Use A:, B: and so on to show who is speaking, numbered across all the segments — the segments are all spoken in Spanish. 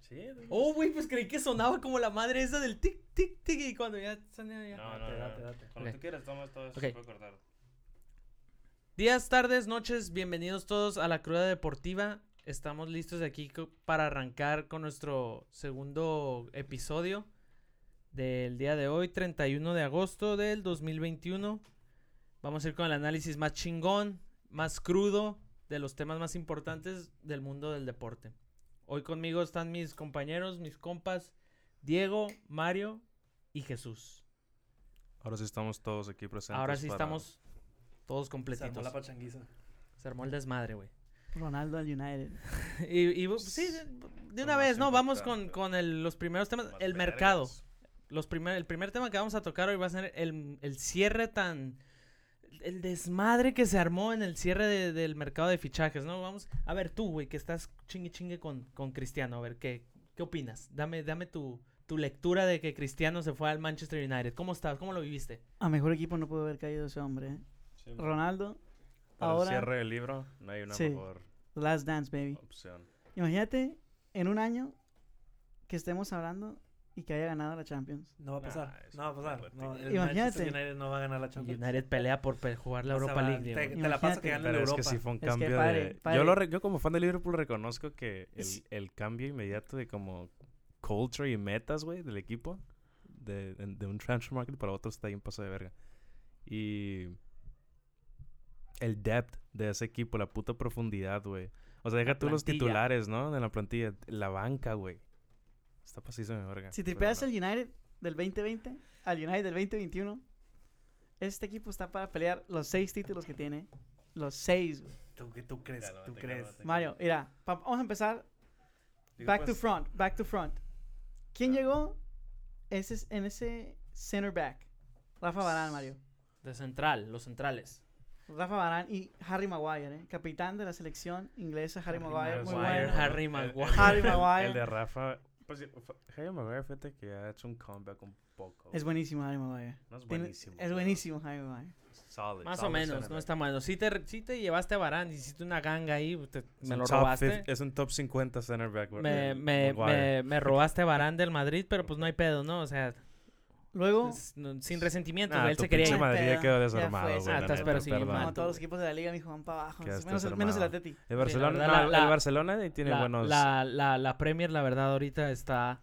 A: Sí, de-
B: Oh, güey, pues creí que sonaba como la madre esa del tic, tic, tic. Y cuando ya sonaba ya.
A: No, no,
C: Date,
A: no,
C: date,
A: no.
C: date.
A: Cuando
B: Ok.
A: tú quieras tomas todo eso,
B: Ok.
A: se puede cortar.
B: Días, tardes, noches, bienvenidos todos a la cruda deportiva. Estamos listos aquí co- para arrancar con nuestro segundo episodio del día de hoy, 31 de agosto del 2021. Vamos a ir con el análisis más chingón, más crudo, de los temas más importantes del mundo del deporte. Hoy conmigo están mis compañeros, mis compas, Diego, Mario y Jesús.
D: Ahora sí estamos todos aquí presentes.
B: Ahora sí
D: para-
B: estamos todos
C: Se armó
B: completitos.
C: la pachanguiza.
B: Se armó el desmadre, güey.
E: Ronaldo al United.
B: Y, y, bu- sí, de, de una
A: Pues, más
B: vez, ¿no? Vamos con,
A: importante.
B: con el- los primeros temas.
A: Más
B: El mercado.
A: vergas.
B: Los primer, el primer tema que vamos a tocar hoy va a ser el, el cierre tan... El desmadre que se armó en el cierre de- del mercado de fichajes, ¿no? Vamos... A ver, tú, güey, que estás chingue chingue con, con Cristiano. A ver, ¿qué, qué opinas? Dame, dame tu, tu lectura de que Cristiano se fue al Manchester United. ¿Cómo estás? ¿Cómo lo viviste?
E: A mejor equipo no pudo haber caído ese hombre. ¿eh?
A: Sí.
E: Ronaldo,
D: Para
E: ahora-
D: el cierre del libro, no hay una
E: Sí.
D: mejor
E: Last Dance, baby.
D: opción.
E: Imagínate en un año que estemos hablando y que haya ganado la Champions.
C: No va a
D: Nah,
C: pasar.
D: es
C: no va a
D: una
C: pasar.
D: muerte.
C: No, el
E: Imagínate.
C: Manchester United no va a ganar la Champions.
B: United pelea por pe- jugar la
C: O sea,
B: Europa
C: va-
B: League.
C: Te,
B: Diego.
C: te la paso
E: Imagínate.
C: que gana en
D: Pero es
C: Europa.
D: que sí fue un
E: Es que
D: cambio
E: padre,
D: de...
E: padre.
D: Yo, lo re- yo como fan de Liverpool reconozco que
E: Es-
D: el, el cambio inmediato de como culture y metas, güey, del equipo, de, en- de un transfer market para otro está ahí en paso de verga. Y el depth de ese equipo, la puta profundidad, güey. O sea, deja tú los
B: plantilla.
D: titulares, ¿no? De la plantilla. La banca, güey. Está pasizo de verga.
E: Si
D: pero
E: tripeas
D: bueno.
E: al United del 2020 al United del 2021, este equipo está para pelear los seis títulos que tiene. Los seis, güey.
C: ¿Tú, qué- tú crees?
A: Cálmate,
C: ¿Tú crees?
A: cálmate.
E: Mario, mira, pa- vamos a empezar
A: Digo,
E: back to
A: pues,
E: front, back to front. ¿Quién
A: Ah.
E: llegó ese, es- en ese center back? Rafa Barán, Mario.
B: De central, los centrales.
E: Rafa Barán y Harry Maguire, ¿eh? capitán de la selección inglesa Harry,
B: Harry
E: Maguire. Muy
B: Maguire.
E: bueno.
B: Harry
D: El- el-
B: Maguire.
E: Harry
D: el-
E: Maguire.
D: El de Rafa. Pues, sí, fa- Harry Maguire, fíjate que ha hecho un comeback un poco.
E: Es buenísimo Harry Maguire.
D: No es
E: Tiene-
D: buenísimo.
E: es buenísimo Harry Maguire.
D: Pues,
B: Más o menos, no está mal. Si te, sí te llevaste a Barán, hiciste una ganga ahí, te- me lo robaste.
D: Es un top 50 center back. güey,
B: Me,
D: el
B: me, me,
D: Maguire.
B: me robaste a Barán del Madrid, pero pues no hay pedo, ¿no? O sea,
E: Luego,
B: es- no- sin resentimiento,
D: Nah,
B: él
D: Ah, tu
B: se quería
D: pinche
B: ir.
E: ma-
D: Madrid ya
E: Ya
D: quedó
E: fue,
D: desarmado,
E: sí.
D: güey.
B: Ah,
D: la
B: estás
D: neta,
B: pero sin
D: perdón.
B: mal.
E: como todos los equipos de la liga, mijo, van para abajo.
D: Quedaste
E: Menos el, menos el
D: desarmado.
E: Atleti.
D: El Barcelona,
B: verdad,
D: no,
B: la-
D: el
B: la-
D: Barcelona tiene
B: la,
D: buenos.
B: la, la, la Premier, la verdad, ahorita está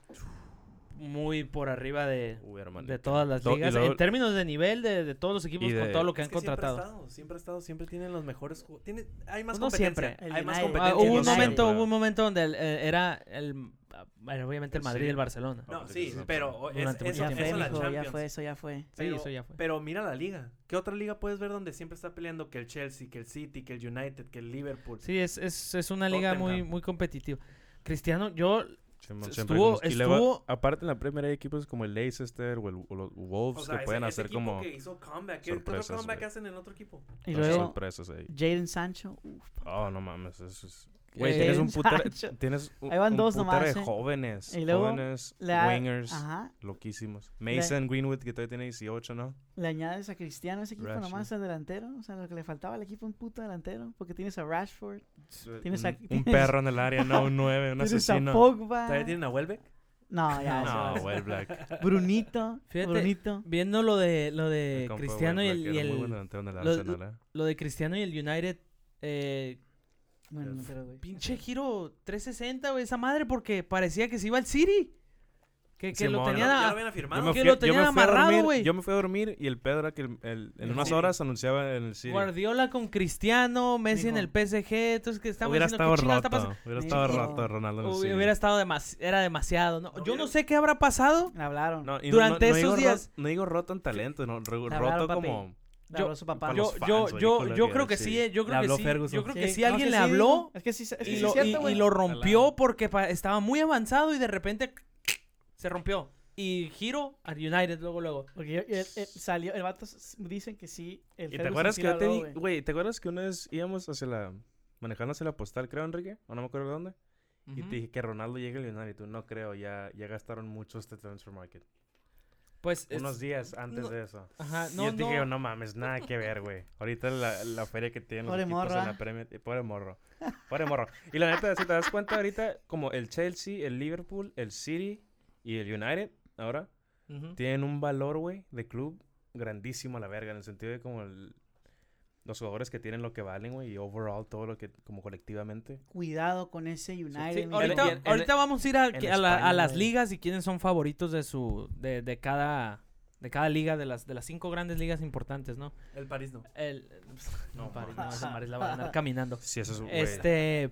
B: muy por arriba de,
D: Uy, hermano.
B: de todas las
D: Do- y
B: ligas.
D: luego-
B: En términos de nivel de, de todos los equipos,
D: Y
B: con
D: de-
B: todo lo que
C: Es
B: han
C: que siempre ha
B: contratado.
C: estado, Siempre ha estado, siempre tienen los mejores jugadores. Tiene, hay más
B: No
C: competencia.
B: siempre.
E: El
C: Hay más
E: United.
B: Ah,
C: competencia.
B: hubo,
C: en
B: un
C: los equipos.
B: momento,
D: siempre.
B: hubo un momento donde el- eh, era el. ah, Bueno, obviamente el
D: El
B: Madrid y
D: City.
B: el Barcelona.
C: No,
D: Sí,
C: sí,
D: sí,
C: pero o- es,
B: Durante
C: es-
B: mucho
E: Ya
C: eso
B: tiempo.
E: fue,
C: en la
E: mijo, ya
C: Champions.
E: fue, eso ya fue.
B: Sí,
C: pero-
B: eso ya fue.
C: Pero mira la liga. ¿Qué otra liga puedes ver donde siempre está peleando que el Chelsea, que el City, que el United, que el Liverpool?
B: Sí, es, es, es una liga muy,
C: Tottenham.
B: muy competitiva. Cristiano, yo
D: Simón,
B: estuvo-
D: siempre como- y luego,
B: estuvo-
D: aparte en la primera hay equipos como el Leicester o, el- o los Wolves
C: O sea,
D: que
C: ese-
D: pueden
C: ese
D: hacer
C: equipo
D: como
C: que hizo comeback. ¿Qué qué otro
D: sorpresas,
C: comeback
D: güey.
C: hacen en otro equipo?
E: Y
D: las
E: luego,
D: sorpresas ahí.
E: Jaden Sancho. Uf,
D: Oh, no mames, eso es...
B: ¿Qué?
D: Güey, tienes un putero...
E: Muchacho.
D: Tienes un,
E: Ahí van
D: un
E: dos
D: putero
E: nomás,
D: de
E: ¿eh?
D: jóvenes.
E: Y luego
D: jóvenes,
E: le a-
D: wingers,
E: Ajá.
D: loquísimos.
E: Le-
D: Mason Greenwood, que todavía tiene 18, ¿no?
E: Le añades a Cristiano a ese equipo
D: Rashford.
E: nomás al delantero. O sea, lo que le faltaba al equipo, un puto delantero. Porque tienes a Rashford, Tienes
D: un,
E: a-
D: un
E: tienes-
D: perro en el área, no, un 9, un
E: tienes a
D: asesino.
E: Pogba.
C: ¿Todavía tienen a Welbeck?
E: No, ya. eso
D: No,
E: es-
D: güey, Black.
E: Brunito.
B: Fíjate,
E: Brunito.
B: viendo lo de lo de
D: El compa
B: Eh, Cristiano y
D: Welbeck,
B: el,
D: era
B: y
D: muy
B: el-
D: buen delantero en el
B: lo-
D: Arsenal, ¿eh?
B: lo de Cristiano y el United eh,
E: Bueno, no, pero, güey.
B: pinche giro 360 güey, esa madre porque parecía que se iba al City. Que, que lo
D: Simón.
B: tenían
D: Yo-
C: Ya
B: a-
C: lo habían
D: Yo
C: afirmado.
D: me
B: que
D: fui-
B: lo
D: yo me
B: tenían
D: fui a
B: amarrado,
D: dormir-
B: güey.
D: Yo me fui a dormir y el pedo era que el- el- en
C: El
D: unas
C: City.
D: horas anunciaba en el City.
B: Guardiola con Cristiano, Messi en
E: Mijo.
B: el PSG, entonces que estamos
D: Hubiera
B: diciendo
D: estado
B: ¿qué chingada está
D: roto.
B: pasando?
D: Hubiera estado
E: Mijo.
D: roto Ronaldo en el
B: Hubi-
D: City.
B: Hubiera estado demasi- era demasiado, ¿no?
C: No,
B: yo no
C: hubiera-
B: sé qué habrá pasado.
E: Le hablaron.
D: No, y no-
B: Durante
D: no- no
B: esos
D: digo ro-
B: días-
D: No digo roto en talento, no, ro-
E: La verdad,
D: roto
E: papi.
D: como...
E: Le
B: yo-
E: habló su papá.
D: para
B: Yo,
D: los
B: yo,
D: fans,
B: yo, yo
D: ridículo que
B: creo
D: era,
B: que
D: sí.
B: sí, eh, yo creo
D: Le
B: que
D: habló
B: sí.
D: Ferguson.
B: Yo creo que
E: Sí,
B: sí
E: no,
B: alguien
E: sí,
B: le
E: sí,
B: habló.
E: Es que sí, es que
B: Y,
E: sí
B: lo,
E: es
B: y-
E: cierto, güey.
B: y lo rompió porque pa- estaba muy avanzado y de repente se rompió. Y giro al United luego, luego.
E: Porque yo- el, el- salió, el vato s- dicen que sí. El
D: ¿Y te
E: Ferguson
D: acuerdas
E: sí
D: que
E: lo
D: yo te
E: habló,
D: di, güey, te acuerdas que una vez íbamos hacia la, manejando hacia la postal, creo, Enrique, o no me acuerdo dónde, y
B: Ujú.
D: te dije que Ronaldo llegue al United, y tú, no creo, ya, ya gastaron mucho este transfer market.
B: Pues es-
D: Unos días antes
B: no-
D: de eso.
B: Ajá,
D: Y
B: no,
D: yo dije,
B: no.
D: no mames, nada que ver, güey. Ahorita la, la feria que tienen los
E: Pobre
D: equipos
E: morro,
D: en
E: ¿ah?
D: la Premier... eh, Pobre morro. Pobre morro. Y la neta, si te das cuenta ahorita, como el Chelsea, el Liverpool, el City y el United, ahora,
B: Ujú.
D: tienen un valor, güey, de club grandísimo a la verga. En el sentido de como el- los jugadores que tienen lo que valen, güey. Y overall, todo lo que... Como colectivamente.
E: Cuidado con ese United.
B: Sí,
E: mi
B: ahorita,
E: bro.
D: en- en-
B: ahorita vamos a ir a,
D: en
B: que- a la- a
D: España,
B: las
D: güey.
B: ligas y quiénes son favoritos de su de, de cada de cada liga de las de las cinco grandes ligas importantes, ¿no?
C: El París no.
B: El no,
D: No,
B: París, no,
E: mames.
B: ese Maris la va a ganar caminando.
D: Sí, eso es, güey.
B: Este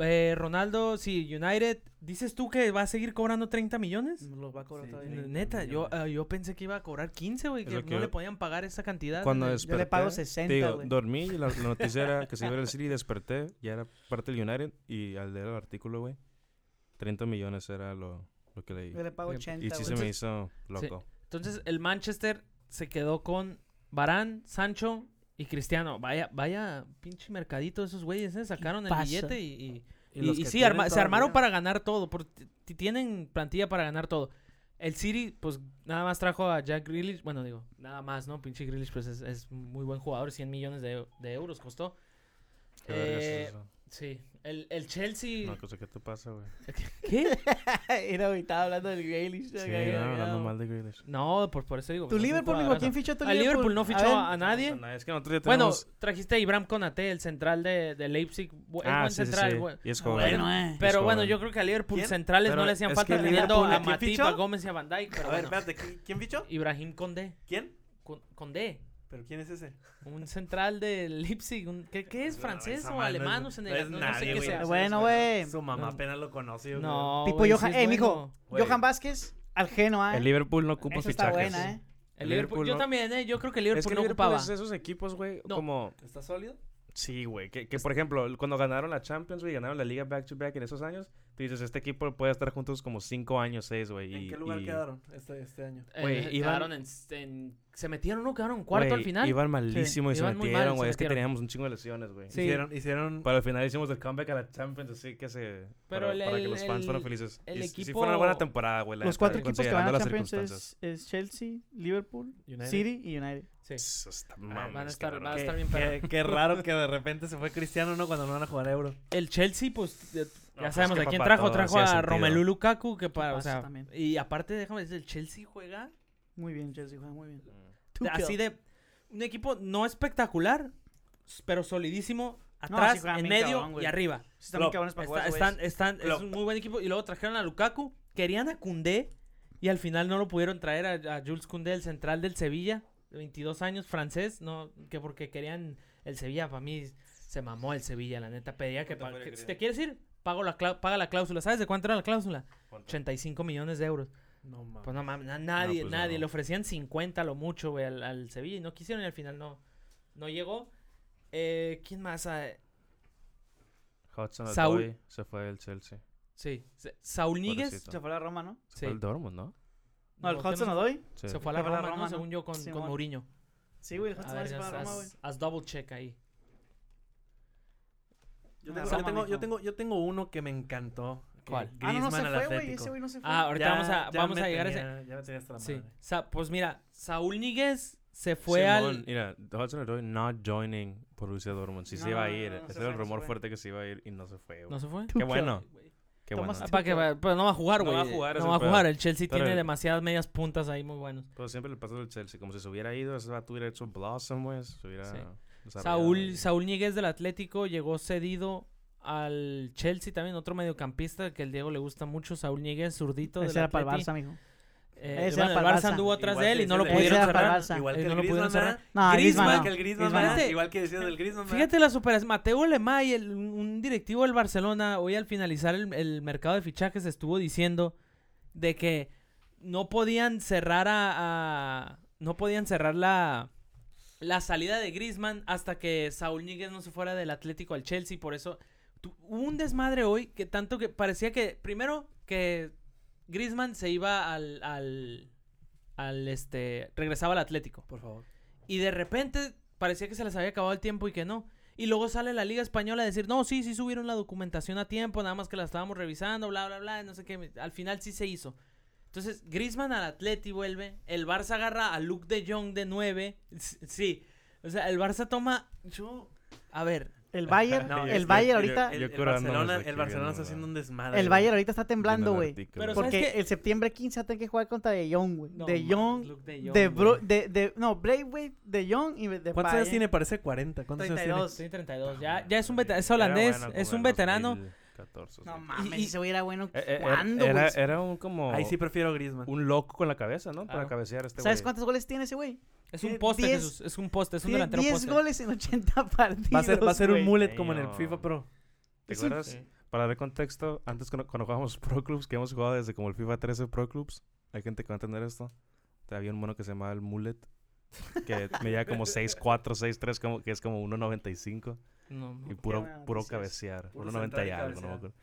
B: eh, Ronaldo, si United, dices tú que va a seguir cobrando 30 millones?
E: Los va a cobrar
C: Sí,
E: todavía.
C: sí. 30
B: Neta, yo,
C: millones.
B: ah, yo pensé que iba a cobrar 15, güey,
D: Es
B: que
D: lo
B: no
D: que yo-
B: le podían pagar esa cantidad.
D: Cuando
B: en el-
D: desperté,
E: pago
D: te
E: 60,
D: digo,
E: güey.
D: dormí y la, la noticia era que se iba a ir el City y desperté. Ya era parte del United y al leer el artículo, güey, 30 millones era lo, lo que leí.
E: Yo le pago
B: Y
E: 80.
D: Y sí se
E: güey.
D: me hizo loco.
B: Entonces, el Manchester se quedó con Barán, Sancho y Cristiano. Vaya, vaya pinche mercadito esos güeyes, ¿eh? Sacaron el
E: pasa?
B: billete y, y- y-
C: los
B: ah, y
C: que
B: sí,
C: tienen
B: arma- se
C: todavía-
B: armaron para ganar todo. por- ti- ti- tienen plantilla para ganar todo. El City, pues nada más trajo a Jack Grealish. Bueno, digo, nada más, ¿no? Pinche Grealish, pues es, es muy buen jugador. 100 millones de, de euros costó.
D: Qué vergas
B: Eh,
D: es eso.
B: Sí. El, el Chelsea.
D: Una cosa que te pasa, güey.
B: ¿Qué?
E: Era ahorita hablando del Grealish.
D: Sí,
E: güey,
D: no,
E: güey,
D: hablando
E: no.
D: mal de Grealish.
B: No, por, por eso digo.
E: Tu
B: pues, es un
E: Liverpool, amigo,
B: jugadorazo.
E: ¿quién fichó a tu
B: Al Liverpool no fichó
E: ver,
B: a, nadie.
D: No, es que nosotros ya
B: Bueno,
D: tenemos...
B: trajiste a Ibram Conate, el central de, de Leipzig. bu- es
D: ah,
B: buen
D: sí, sí,
B: central.
D: sí.
B: buen-
D: Y es joven.
E: Bueno, eh.
B: Pero bueno,
D: joven.
B: yo creo que a Liverpool
C: ¿Quién?
B: centrales no
D: Pero
B: le hacían
D: es
B: falta
D: que
B: teniendo
C: Liverpool,
B: a
C: ¿a quién
B: Matip,
C: fichó?
B: a Gómez y a Van Dijk. Pero
C: A ver,
B: bueno,
C: espérate, ¿qui- ¿quién fichó?
B: Ibrahim Condé.
C: ¿Quién?
B: Con- Condé.
C: ¿Pero quién es ese?
B: Un central de Leipzig. un- ¿qué, qué es?
C: No,
B: ¿Francés
C: esa
B: o
C: madre
B: alemán?
C: no
B: o
C: es-
B: senegal-
C: no es
B: no,
C: nadie,
B: sé qué
C: güey.
B: sea.
E: Bueno, güey.
C: Su mamá
B: No.
C: apenas lo conoció.
B: No,
E: Tipo
B: güey, sí
E: Johan.
B: es
E: eh,
B: bueno.
E: mijo.
C: Güey.
E: Johan Vázquez al Genoa.
D: El
E: Eh.
D: Liverpool no ocupa
E: Eso
D: fichajes.
E: está buena, ¿eh?
B: El Liverpool,
D: Liverpool
B: yo
D: no-
B: también, ¿eh? Yo creo que el
D: es
B: Liverpool
D: que
B: no
D: Liverpool
B: ocupaba.
D: es de esos equipos, güey,
B: No.
D: como...
C: ¿Está sólido?
D: Sí, güey. Que, que, por ejemplo, el- cuando ganaron la Champions, güey, ganaron la Liga back to back en esos años, tú dices, este equipo puede estar juntos como cinco años, seis, güey.
C: ¿En
D: y-
C: qué lugar
D: y-
C: quedaron este, este año?
B: Eh,
D: güey,
B: quedaron en, en- Se metieron, ¿no? Quedaron cuarto al
D: Güey,
B: final.
D: Iban malísimo y se
B: iban muy mal,
D: metieron,
B: se
D: güey. Es que
B: metieron.
D: teníamos un chingo de lesiones, güey.
B: Sí.
C: Hicieron, hicieron
D: Para el final hicimos el comeback a la Champions, así que se.
B: Pero
D: para,
B: el-
D: para que
B: el-
D: los fans fueran
B: el-
D: felices.
B: el
D: Y s- Sí,
B: equipo-
D: fue una buena temporada, güey. la
E: Los
D: neta,
E: cuatro equipos que van
D: considerando
E: a
D: las
E: Champions
D: circunstancias.
E: es, es Chelsea, Liverpool,
C: United.
E: City y United.
B: Sí.
D: Eso está
B: van a
D: mames,
B: estar-
D: cabrón.
B: van a
C: Qué-
B: estar bien
C: qué, qué raro que de repente se fue Cristiano, ¿no? Cuando no van a jugar Euro.
B: El Chelsea, pues, de- ya
D: No, pues
B: sabemos
D: que
B: de quién
D: para
B: trajo.
D: todo
B: Trajo
D: hacía
B: a
D: sentido.
B: Romelu Lukaku, que para, o
E: Equipazo
B: sea,
E: también.
B: y aparte, déjame decir, el Chelsea juega
E: Muy bien, Chelsea, juega muy bien.
B: de- así de un equipo no espectacular, s- pero solidísimo,
E: sí
B: atrás,
E: juegan
B: en
E: bien
B: medio
E: cabrón, güey.
B: y arriba.
E: Están muy
C: Klopp,
E: cabrones para
B: Está-
E: jugar.
B: están, están, es
C: Klopp.
B: un muy buen equipo. Y luego trajeron a Lukaku, querían a Koundé y al final no lo pudieron traer a, a Jules Koundé, el central del Sevilla, de 22 años, francés, no, que porque querían el Sevilla, para mí se mamó el Sevilla, la neta, pedía que,
D: ¿Cuánto
B: pa-
D: fue
B: que-
D: que
B: si te
D: querían?
B: quieres ir, pago la clau- paga la cláusula. ¿Sabes de cuánto era la cláusula?
D: ¿Cuánto?
B: 85 millones de euros.
C: No mames.
B: Pues no mames, na- nadie,
D: pues,
B: nadie.
D: no.
B: Le ofrecían 50 a lo mucho, güey, al, al Sevilla y no quisieron y al final no, no llegó. Eh, ¿Quién más? Ah,
D: Hudson
B: Saúl-
D: Saúl... se fue del Chelsea.
B: sí, Sa- Saúl Níguez.
D: Pobrecito.
E: Se fue a la Roma, ¿no?
D: Se fue
B: Sí.
D: el Dortmund, ¿no?
E: No, el
B: Voltemos-
E: Hudson Odoi.
B: Se fue a
D: Sí.
B: la
E: Se fue a la
B: Roma, ¿no?
E: Roma, ¿no?
B: según yo, con, con
E: Simón.
B: Mourinho.
E: Sí, güey, el
B: A
E: Hudson
B: ver,
E: Odoi se fue a
B: haz,
E: la Roma, güey.
B: haz- haz double check ahí.
C: Yo
E: Una
B: Ah,
C: tengo, yo,
E: Roma,
C: tengo, yo,
E: mijo.
C: tengo, yo tengo uno que me encantó. que
B: ¿Cuál?
E: Ah, no, no se
C: Griezmann al
E: fue, güey.
C: Atlético.
E: Ese güey no se fue.
B: Ah, ahorita
C: Ya-
B: vamos a,
C: ya
B: vamos
C: me
B: a llegar a ese.
C: tenía- Ya me tenía hasta la
B: Sí.
C: madre.
B: Sa- pues mira, Saúl Níguez se fue
D: Simón,
B: al.
D: Mira, Hudson Odoi not joining Borussia Dortmund. Sí se
E: No,
D: iba a
E: no, no,
D: ir.
E: no, no se
D: Ese
E: fue,
D: era el
E: no se
D: rumor
E: fue.
D: fuerte que se iba a ir y no se fue,
B: ¿No
D: güey.
B: se fue?
D: Qué bueno. Qué bueno.
E: Thomas
B: Ah,
E: Tuchel.
B: pa' que va- pero no va a jugar,
D: No
B: güey.
D: va a jugar,
B: No
D: ese
B: va a
D: pedo.
B: jugar. El Chelsea
D: Pero-
B: tiene demasiadas medias puntas ahí muy buenos.
D: Pero siempre le pasa del Chelsea. Como si se hubiera ido, ese vato hubiera hecho Blossom, güey. Se hubiera.
B: Sí.
D: desarrollado
B: Saúl,
D: ahí.
B: Saúl Ñíguez del Atlético llegó cedido al Chelsea también, otro mediocampista que el Diego le gusta mucho, Saúl Ñíguez, zurdito del
E: Ese era para el
B: Atleti.
E: Barça, mijo.
B: Eh,
E: Ese
B: bueno,
E: era
B: el
E: para el
B: Barça
E: Barça.
B: anduvo atrás
C: Igual
B: de él
C: que
B: y no lo
C: decían de-
B: pudieron
E: Ese era para
B: cerrar.
E: el Barça.
C: Igual
B: Eh,
C: que
B: no
C: el
B: lo pudieron
C: Griezmann,
B: cerrar.
C: ¿verdad?
E: No,
C: Griezmann,
E: Griezmann.
C: que
E: no.
C: el Griezmann,
B: Fíjate-
C: ¿verdad? igual que decías del Griezmann. ¿verdad?
B: Fíjate la superación. Mateo Lemay, el- un directivo del Barcelona, hoy al finalizar el, el mercado de fichajes estuvo diciendo de que no podían cerrar a, a- no podían cerrar la la salida de Griezmann hasta que Saúl Níguez no se fuera del Atlético al Chelsea, por eso tu- hubo un desmadre hoy que tanto que parecía que primero que Griezmann se iba al al al este regresaba al Atlético.
C: Por favor.
B: Y de repente parecía que se les había acabado el tiempo y que no. Y luego sale la Liga Española a decir, no, sí, sí subieron la documentación a tiempo, nada más que la estábamos revisando, bla, bla, bla, no sé qué. Al final sí se hizo. Entonces, Griezmann al Atleti vuelve. El Barça agarra a Luke de Jong de 9. Sí. O sea, el Barça toma. Yo. A ver.
E: El Bayern,
C: No,
E: el
C: es-
E: Bayern
C: yo- yo-
E: ahorita,
C: El,
D: Yo
C: el
D: curándonos
C: Barcelona,
D: aquí
C: el Barcelona
D: viendo,
C: está
D: ¿verdad?
C: haciendo un desmadre.
E: el
C: güey.
E: Bayern ahorita está temblando,
D: Viendo el
E: güey.
D: artículo.
B: Pero, ¿sabes
E: Porque
B: qué?
E: el septiembre 15 tienen que jugar contra De Jong, güey.
B: no
E: de
B: mames,
E: Jong,
B: Luke de Jong.
E: de, Bru-
B: güey.
E: de, de, no, Braithwaite, De Jong y de
C: ¿Cuántos años
E: Bayern.
C: tiene? Parece 40. ¿Cuántos años
E: 32.
B: Sí, 32.
D: Ah,
B: Ya, ya es un veterano. Es holandés. Es un veterano.
D: 14,
E: No
B: Y-
E: mames,
B: y-
E: ese güey era bueno.
D: Eh, eh,
E: ¿Cuándo,
D: era,
E: güey?
D: era un como
C: tiene? Ahí sí prefiero a Griezmann.
D: un loco con la cabeza, ¿no? Para
B: Claro.
D: cabecear a este
E: ¿Sabes
D: güey.
E: cuántos goles tiene ese güey?
B: Es
E: Tiene
B: un poste,
E: 10
B: Jesús. Es un poste. Es un
E: Tiene
B: delantero
E: 10
B: poste.
E: goles en 80 partidos.
C: Va a ser, va a ser un
E: güey.
C: mullet como en el
D: Damn.
C: FIFA Pro.
D: ¿Te
E: es un-
D: acuerdas?
B: Sí.
D: Para dar contexto, antes cuando, cuando jugábamos Pro Clubs, que hemos jugado desde como el FIFA 13 Pro Clubs, hay gente que va a entender esto. Había un mono que se llamaba el Mullet, que medía como 6'4, 6'3, como, que es como 1.95
B: No, no.
D: y puro,
E: buena
D: puro
E: noticia es.
D: cabecear,
C: Puro
D: 1.90
C: centrar y
D: y algo, no me
C: cabecear.
D: acuerdo.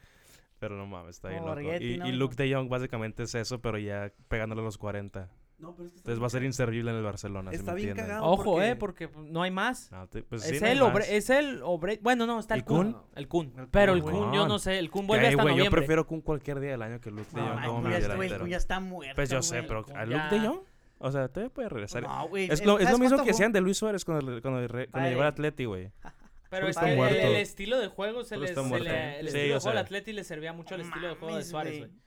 D: Pero no mames, está bien
E: Como
D: loco.
E: Borghetti,
D: y,
E: ¿no?
D: y
E: Hijo.
D: Luke de Jong básicamente es eso, pero ya pegándole a los 40.
C: No, pero es que
D: Entonces va a ser inservible en el Barcelona, ¿sí
C: Está
D: me
C: bien
D: entiendes?
C: cagado.
B: Ojo,
C: porque-
B: eh, porque no hay más.
D: No, te- pues sí,
B: es,
D: no hay
B: el obre,
D: más.
B: es el obre. Bueno, no, está
D: ¿Y
B: el Kun.
C: Kun?
B: El Kun.
C: El
B: Pero
C: Kun,
B: el Kun, yo
D: weón.
B: no sé. El Kun
D: Que,
B: vuelve
D: ay,
B: hasta
D: güey, yo
B: noviembre.
D: prefiero Kun cualquier día del año que Luke de
E: No,
D: Jong
E: man,
D: como
E: güey,
D: mi
E: este güey,
D: delantero.
E: ya está muerto.
D: Pues yo sé,
E: güey.
D: pero
B: Con-
D: ¿a Luke de
B: ya.
D: Jong? O sea, todavía puede regresar.
E: No, güey.
D: es
E: él-
D: lo, es lo mismo
E: ¿sabes cuánto
D: que
E: jugó?
D: hacían de Luis Suárez cuando, cuando, re- cuando
E: Ay.
D: llegó al Atleti, güey.
B: Pero es
E: Está
B: que el,
D: muerto.
B: el estilo de juego se
D: Solo
B: les,
D: está
B: se
D: muerto.
B: le- el
D: Sí,
B: estilo
D: yo
B: de juego del
D: sé.
B: Atleti le servía mucho al estilo de juego de
E: Mames,
B: Suárez,
E: güey.
B: güey.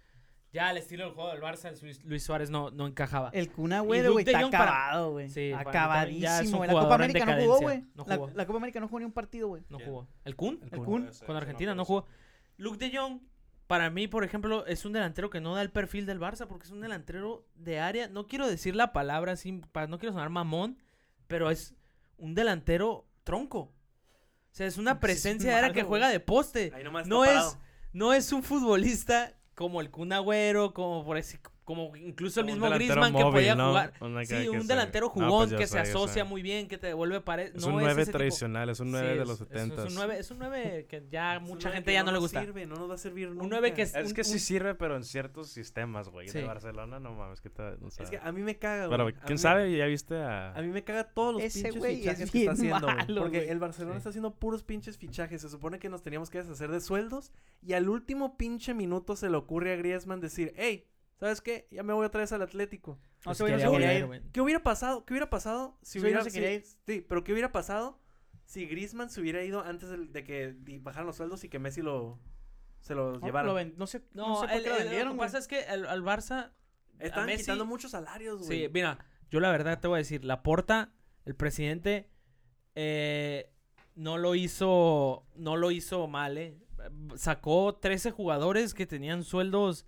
B: Ya el estilo del juego del Barça, el Luis, Luis Suárez no, no encajaba.
E: El Kun Agüero,
B: Luke
E: güey,
B: de
E: está
B: Jong para-
E: acabado, güey.
B: Sí, para mí también ya es
E: Acabadísimo.
B: un
E: La Copa
B: jugador en
E: América no jugó, güey.
B: decadencia. No
E: la,
B: jugó.
E: la Copa América no jugó ni un partido, güey.
B: No
D: ¿Quién?
B: jugó. ¿El Kun?
E: El Kun
B: Con Argentina no jugó. Luke de Jong, para mí, por ejemplo, es un delantero que no da el perfil del Barça porque es un delantero de área. No quiero decir la palabra, sin, pa- no quiero sonar mamón, pero es un delantero tronco. O sea, es una presencia de área que
E: malo,
B: juega de poste.
C: Ahí nomás está
B: No es,
C: parado.
B: no es un futbolista como el Kun Agüero, como por así- como incluso el
D: Un
B: mismo
D: delantero
B: Griezmann que
D: móvil,
B: podía
D: ¿no?
B: jugar.
D: Una
B: Sí,
D: que- que
B: un
D: se-
B: delantero
D: Ah, pues
B: jugón
D: yo
B: que
D: sé,
B: se
D: yo sé.
B: asocia muy bien, que te devuelve pared.
D: Es
B: no
D: un 9
B: ese tipo.
D: tradicional, es un 9
B: Sí,
D: de
B: es-
D: los
B: es-
D: 70.
B: Es un 9, es un 9 que ya
C: Es un
B: mucha
C: nueve
B: gente
C: que
B: ya
C: no
B: no le
C: nos
B: gusta.
C: sirve, no nos va a servir nunca.
B: Un 9 que es,
D: Es
B: un-
D: que sí
B: un-
D: sirve, pero en ciertos sistemas, güey.
B: Sí.
D: De Barcelona, no mames, que te... No
C: Es
D: sabe.
C: que a mí me caga, güey.
D: Pero,
C: A mí me-
D: ¿quién sabe? Ya viste a...
C: A mí me caga todos los
E: Ese
C: pinches
E: güey es
C: fichajes que está
E: bien
C: haciendo, güey,
E: malo,
C: Porque
E: güey.
C: el Barcelona
B: Sí.
C: está haciendo puros pinches fichajes. Se supone que nos teníamos que deshacer de sueldos. Y al último pinche minuto se le ocurre a Griezmann decir, hey, ¿sabes qué? Ya me voy otra vez al Atlético.
E: No,
B: Pues
E: ese güey no
B: quería
E: se quería
B: volver,
E: ir.
B: güey.
C: ¿Qué hubiera pasado? ¿Qué hubiera pasado si
E: Sí,
C: hubiera...
E: no se quería
C: si-
E: ir.
C: Sí, pero ¿qué hubiera pasado si Griezmann se hubiera ido antes del- de que di- bajaran los sueldos y que Messi lo... Se lo
E: No,
C: llevaran?
E: Oh, lo ven- no sé, no,
B: No,
E: sé por
B: el-
E: qué lo
B: el-
E: vendieron,
B: lo que
E: güey.
B: pasa es que al, al Barça.
C: Están
B: a Messi-
C: quitando muchos salarios, güey.
B: Sí, mira, yo la verdad te voy a decir, la porta, el presidente, eh, no lo hizo. No lo hizo mal, eh. Sacó 13 jugadores que tenían sueldos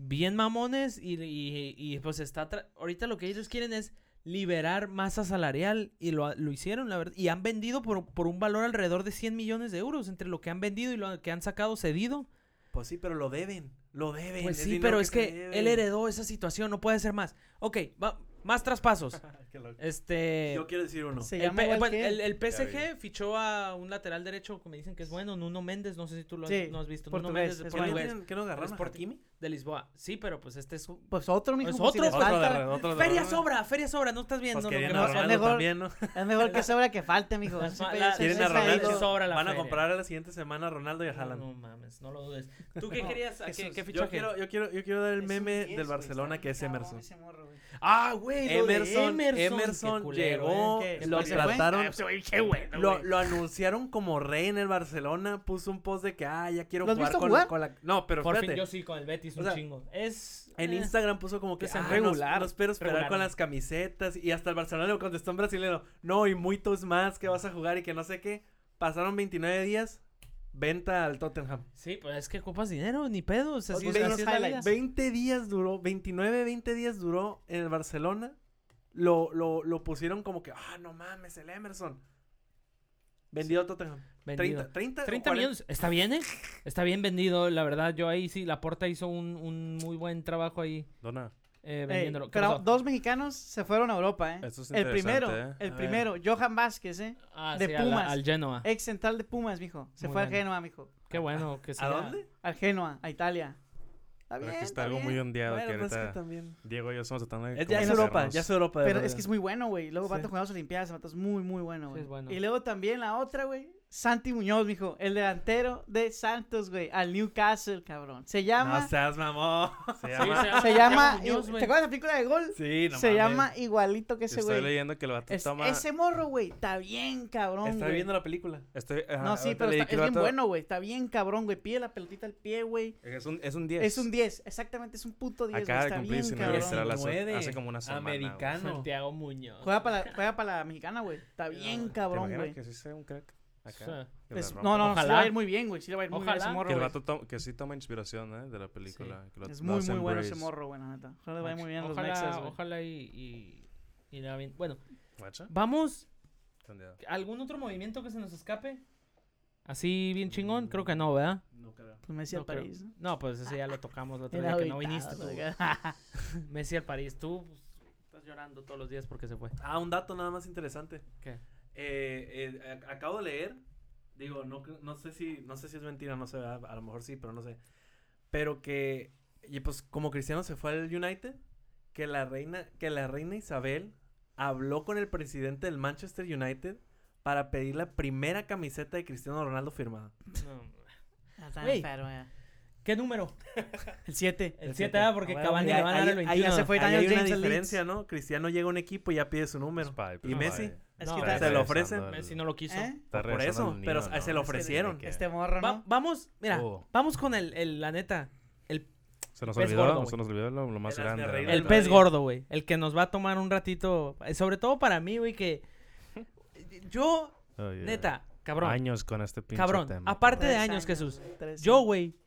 B: bien mamones. Y, y- y, pues está. tra- Ahorita lo que ellos quieren es liberar masa salarial y lo, lo hicieron, la verdad. Y han vendido por, por un valor alrededor de 100 millones de euros entre lo que han vendido y lo que han sacado cedido.
C: Pues sí, pero lo deben. Lo deben.
B: Pues
C: el
B: sí,
C: dinero
B: pero es
C: se
B: que
C: debe.
B: él heredó esa situación, no puede ser más. Ok, va- más traspasos.
C: Qué loco.
B: Este.
C: Yo quiero decir uno.
E: Se
B: El,
E: llama
B: P-
E: igual
B: bueno,
E: que
B: el-
E: él.
B: el
D: Ya
B: PSG fichó a un lateral derecho que me dicen que es bueno, Nuno Méndez, no sé si tú lo has,
E: Sí,
B: no has visto.
E: portugués,
B: Nuno Méndez de
E: es
C: ¿Por qué,
E: bueno.
B: Portugal,
C: tienen- qué no agarraron a
B: Sport-
C: Hakimi?
B: de Lisboa. Sí, pero pues este es un...
E: Pues otro, mijo.
B: Es
E: pues, si
B: otro,
E: les
B: otro
E: falta.
C: agarró, otro agarró.
B: Feria sobra, feria sobra, no estás viendo.
C: Pues
B: lo
C: querían
B: que
C: a
E: no,
B: pasa.
C: Ronaldo
E: mejor-
C: también, ¿no?
E: Es mejor que sobra que falte, mijo. Ese
B: Las-
E: güey
B: las-
E: se-
C: Quieren
E: se
C: a
E: está
C: Ronaldo.
E: ido.
B: sobra la
C: Van a
B: feria.
C: comprar a la siguiente semana a Ronaldo y a
B: no,
C: Haaland.
B: no mames, no lo dudes. ¿Tú qué querías? ¿A qué-
E: Jesús,
B: qué
C: Yo
E: yo
B: fichaje?
C: quiero, yo, quiero, yo quiero dar el
E: Es un
C: meme
E: 10,
C: del
E: güey,
C: Barcelona
E: está
C: que es
E: bien
C: Emerson.
E: cabrón ese morro, güey.
B: Ah, güey, lo de
C: Emerson,
B: Emerson. Qué
C: Emerson
B: culero,
C: llegó,
B: eh.
C: Que
E: lo
B: Después se fue.
C: trataron-
B: Ah, se fue, qué bueno,
C: Lo,
B: güey.
C: lo anunciaron como rey en el Barcelona. Puso un post de que, ah, ya quiero
E: ¿Lo has
C: jugar,
E: visto
C: con,
E: jugar?
C: con la. No, pero
B: Por fin,
C: espérate.
B: yo sí, con el Betis,
C: O
B: un
C: sea,
B: chingo. Es.
C: En
B: eh,
C: Instagram puso como que
B: Que sean
C: ah,
B: regular,
C: No, no espero esperar
B: regular,
C: con
B: ¿no?
C: las camisetas. Y hasta el Barcelona le contestó en brasileño. No, y muchos más que vas a jugar y que no sé qué. Pasaron 29 días. Venta al Tottenham.
B: Sí, pues es que ocupas dinero, ni pedo. O sea,
E: Pues
B: sí,
E: ve
B: así
E: los
B: es la vida.
E: highlights.
C: 20 días duró, 29, 20 días duró en el Barcelona. Lo, lo, lo pusieron como que, ah, no mames, el Emerson. Vendido al Tottenham.
B: Vendido.
C: 30, 30,
B: 30
C: o 40.
B: millones, está bien, ¿eh? Está bien vendido, la verdad. Yo ahí sí, Laporta hizo un, un muy buen trabajo ahí
D: Dona,
B: eh,
E: Ey,
B: vendiéndolo. ¿Qué
E: pero
B: pasó?
E: dos mexicanos se fueron a Europa, ¿eh?
D: Esto es
E: el primero,
D: interesante, ¿eh?
E: el
C: A
E: primero, Johan Vázquez, ¿eh?
B: Ah,
E: de
B: sí, a la-
E: Pumas. Eh,
B: al Genoa.
E: Ex central de Pumas, mijo. Se
B: Muy
E: fue
B: bueno.
E: a Genoa, mijo.
B: Qué bueno que sí.
C: ¿A dónde?
E: Al Genoa, a Italia. Está
D: Pero
E: bien,
D: que
E: está
D: está algo
E: bien.
D: muy ondeado
C: Bueno,
D: que
C: pues es que
D: ahorita...
C: también.
D: Diego y yo somos tratando de...
C: Es- ya
D: como
C: es
E: conocernos.
C: Europa, ya es Europa. de
E: Pero
C: verdad.
E: es que es muy bueno, güey. Luego
C: Sí.
E: va a jugar las Olimpiadas, el vato es muy, muy bueno,
B: Sí,
E: güey.
B: es bueno.
E: Y luego también la otra, güey. Santi Muñoz, mijo. El delantero de Santos, güey. Al Newcastle, cabrón. Se llama.
C: No seas mamón.
D: Se
B: Sí,
D: llama...
E: se llama.
B: Muñoz,
E: ¿Te
B: güey.
E: acuerdas de la película de gol?
C: Sí, no
E: se
C: mames.
E: llama igualito que ese,
D: Estoy
E: güey.
D: leyendo que el vato
E: Es-
D: toma...
E: ese morro, güey, está bien cabrón,
C: Está
E: güey.
C: viendo la película.
D: Estoy... ajá,
E: No, sí,
D: ahorita
E: pero
D: leí
E: está-
D: que
E: es
D: el
E: bien
D: vato-
E: bueno, güey. Está bien cabrón, güey. Pide la pelotita al pie, güey.
D: Es un, es un 10.
E: Es un 10. Exactamente, es un puto 10, güey.
D: Acaba de
E: Está
D: cumplir
E: bien
D: 19
E: cabrón.
D: literal, hace,
C: 19.
D: hace como una semana. güey.
C: Americano.
B: Santiago Muñoz.
E: Juega para, la, juega para la mexicana, güey. Está
B: No,
E: bien
B: güey.
D: ¿Te
E: cabrón,
D: imaginas
E: güey.
D: que sí sea un crack?
B: Sí.
D: Acá. que la
E: Es-
D: rompa.
E: no, no, sí le va a
B: Ojalá.
E: ir muy bien, güey. Sí le va a ir muy bien
B: Ojalá.
E: ese morro,
D: Que el
E: güey.
D: vato to- que sí toma inspiración, ¿eh? De la película. que lo-
E: Es
D: lo
E: muy,
D: hace
E: muy bueno ese
D: embrace.
E: morro, güey, la neta. Ojalá le vaya muy bien a los
B: ojalá,
E: mexas, güey.
B: ojalá y, y, y le va bien. Bueno,
D: ¿Guacha?
B: vamos.
D: Entendido.
B: ¿Algún otro movimiento que se nos escape? Así bien chingón, creo que no, ¿verdad?
C: No creo.
E: Pues Messi
B: no,
E: al
B: creo.
E: París, ¿no?
B: No, pues ese ya lo tocamos la otro
E: Era
B: día que no
E: habitado,
B: viniste. tú,
E: güey.
B: güey. Messi al París, tú pues, estás llorando todos los días porque se fue.
C: Ah, un dato nada más interesante.
B: ¿Qué?
C: Eh, eh, a- acabo de leer, digo, no, cre- no sé si no sé si es mentira, no sé, a, a lo mejor sí, pero no sé. Pero que y pues como Cristiano se fue al United, que la reina que la reina Isabel habló con el presidente del Manchester United para pedir la primera camiseta de Cristiano Ronaldo firmada.
B: No.
E: Ah, está
B: Güey.
E: enfermo, ya.
B: ¿Qué número?
E: El 7.
B: El 7,
C: El siete.
B: ¿verdad? Porque
E: Ah, bueno,
B: Cavani le van a dar el
E: ahí- ahí ya
B: 21.
E: se fue.
C: Ahí
E: Daniel
C: hay una
E: James al Leeds.
C: diferencia, ¿no? Cristiano llega a un equipo y ya pide su número.
D: Spy,
C: ¿Y
D: pues, spy.
C: Messi?
E: Es que
B: No,
E: está-
D: Está
C: se lo
D: regresando
C: ofrecen.
D: al-
B: Messi no lo quiso.
E: ¿eh?
D: está
C: Por
D: regresando
C: eso,
D: al
C: pero
D: nido,
C: a- se
D: ¿no?
C: lo
D: Es que-
C: ofrecieron.
D: que-
E: Este morro,
B: Va-
E: ¿no?
B: vamos, mira,
D: Oh.
B: vamos con el, el- la neta.
D: Se nos
B: pez
D: olvidó,
B: gordo,
D: se nos olvidó lo, lo más
C: Eras de
D: grande.
C: regla.
D: ¿no?
B: El
C: Madrid.
B: pez gordo, güey. El que nos va a tomar un ratito. eh, Sobre todo para mí, güey, que. Yo,
D: Oh, yeah.
B: neta, cabrón.
D: Años con este pinche
B: cabrón.
D: tema.
B: Aparte de
E: Tres
B: años,
E: años,
B: Jesús.
E: Tres,
B: Yo,
E: sí.
B: güey,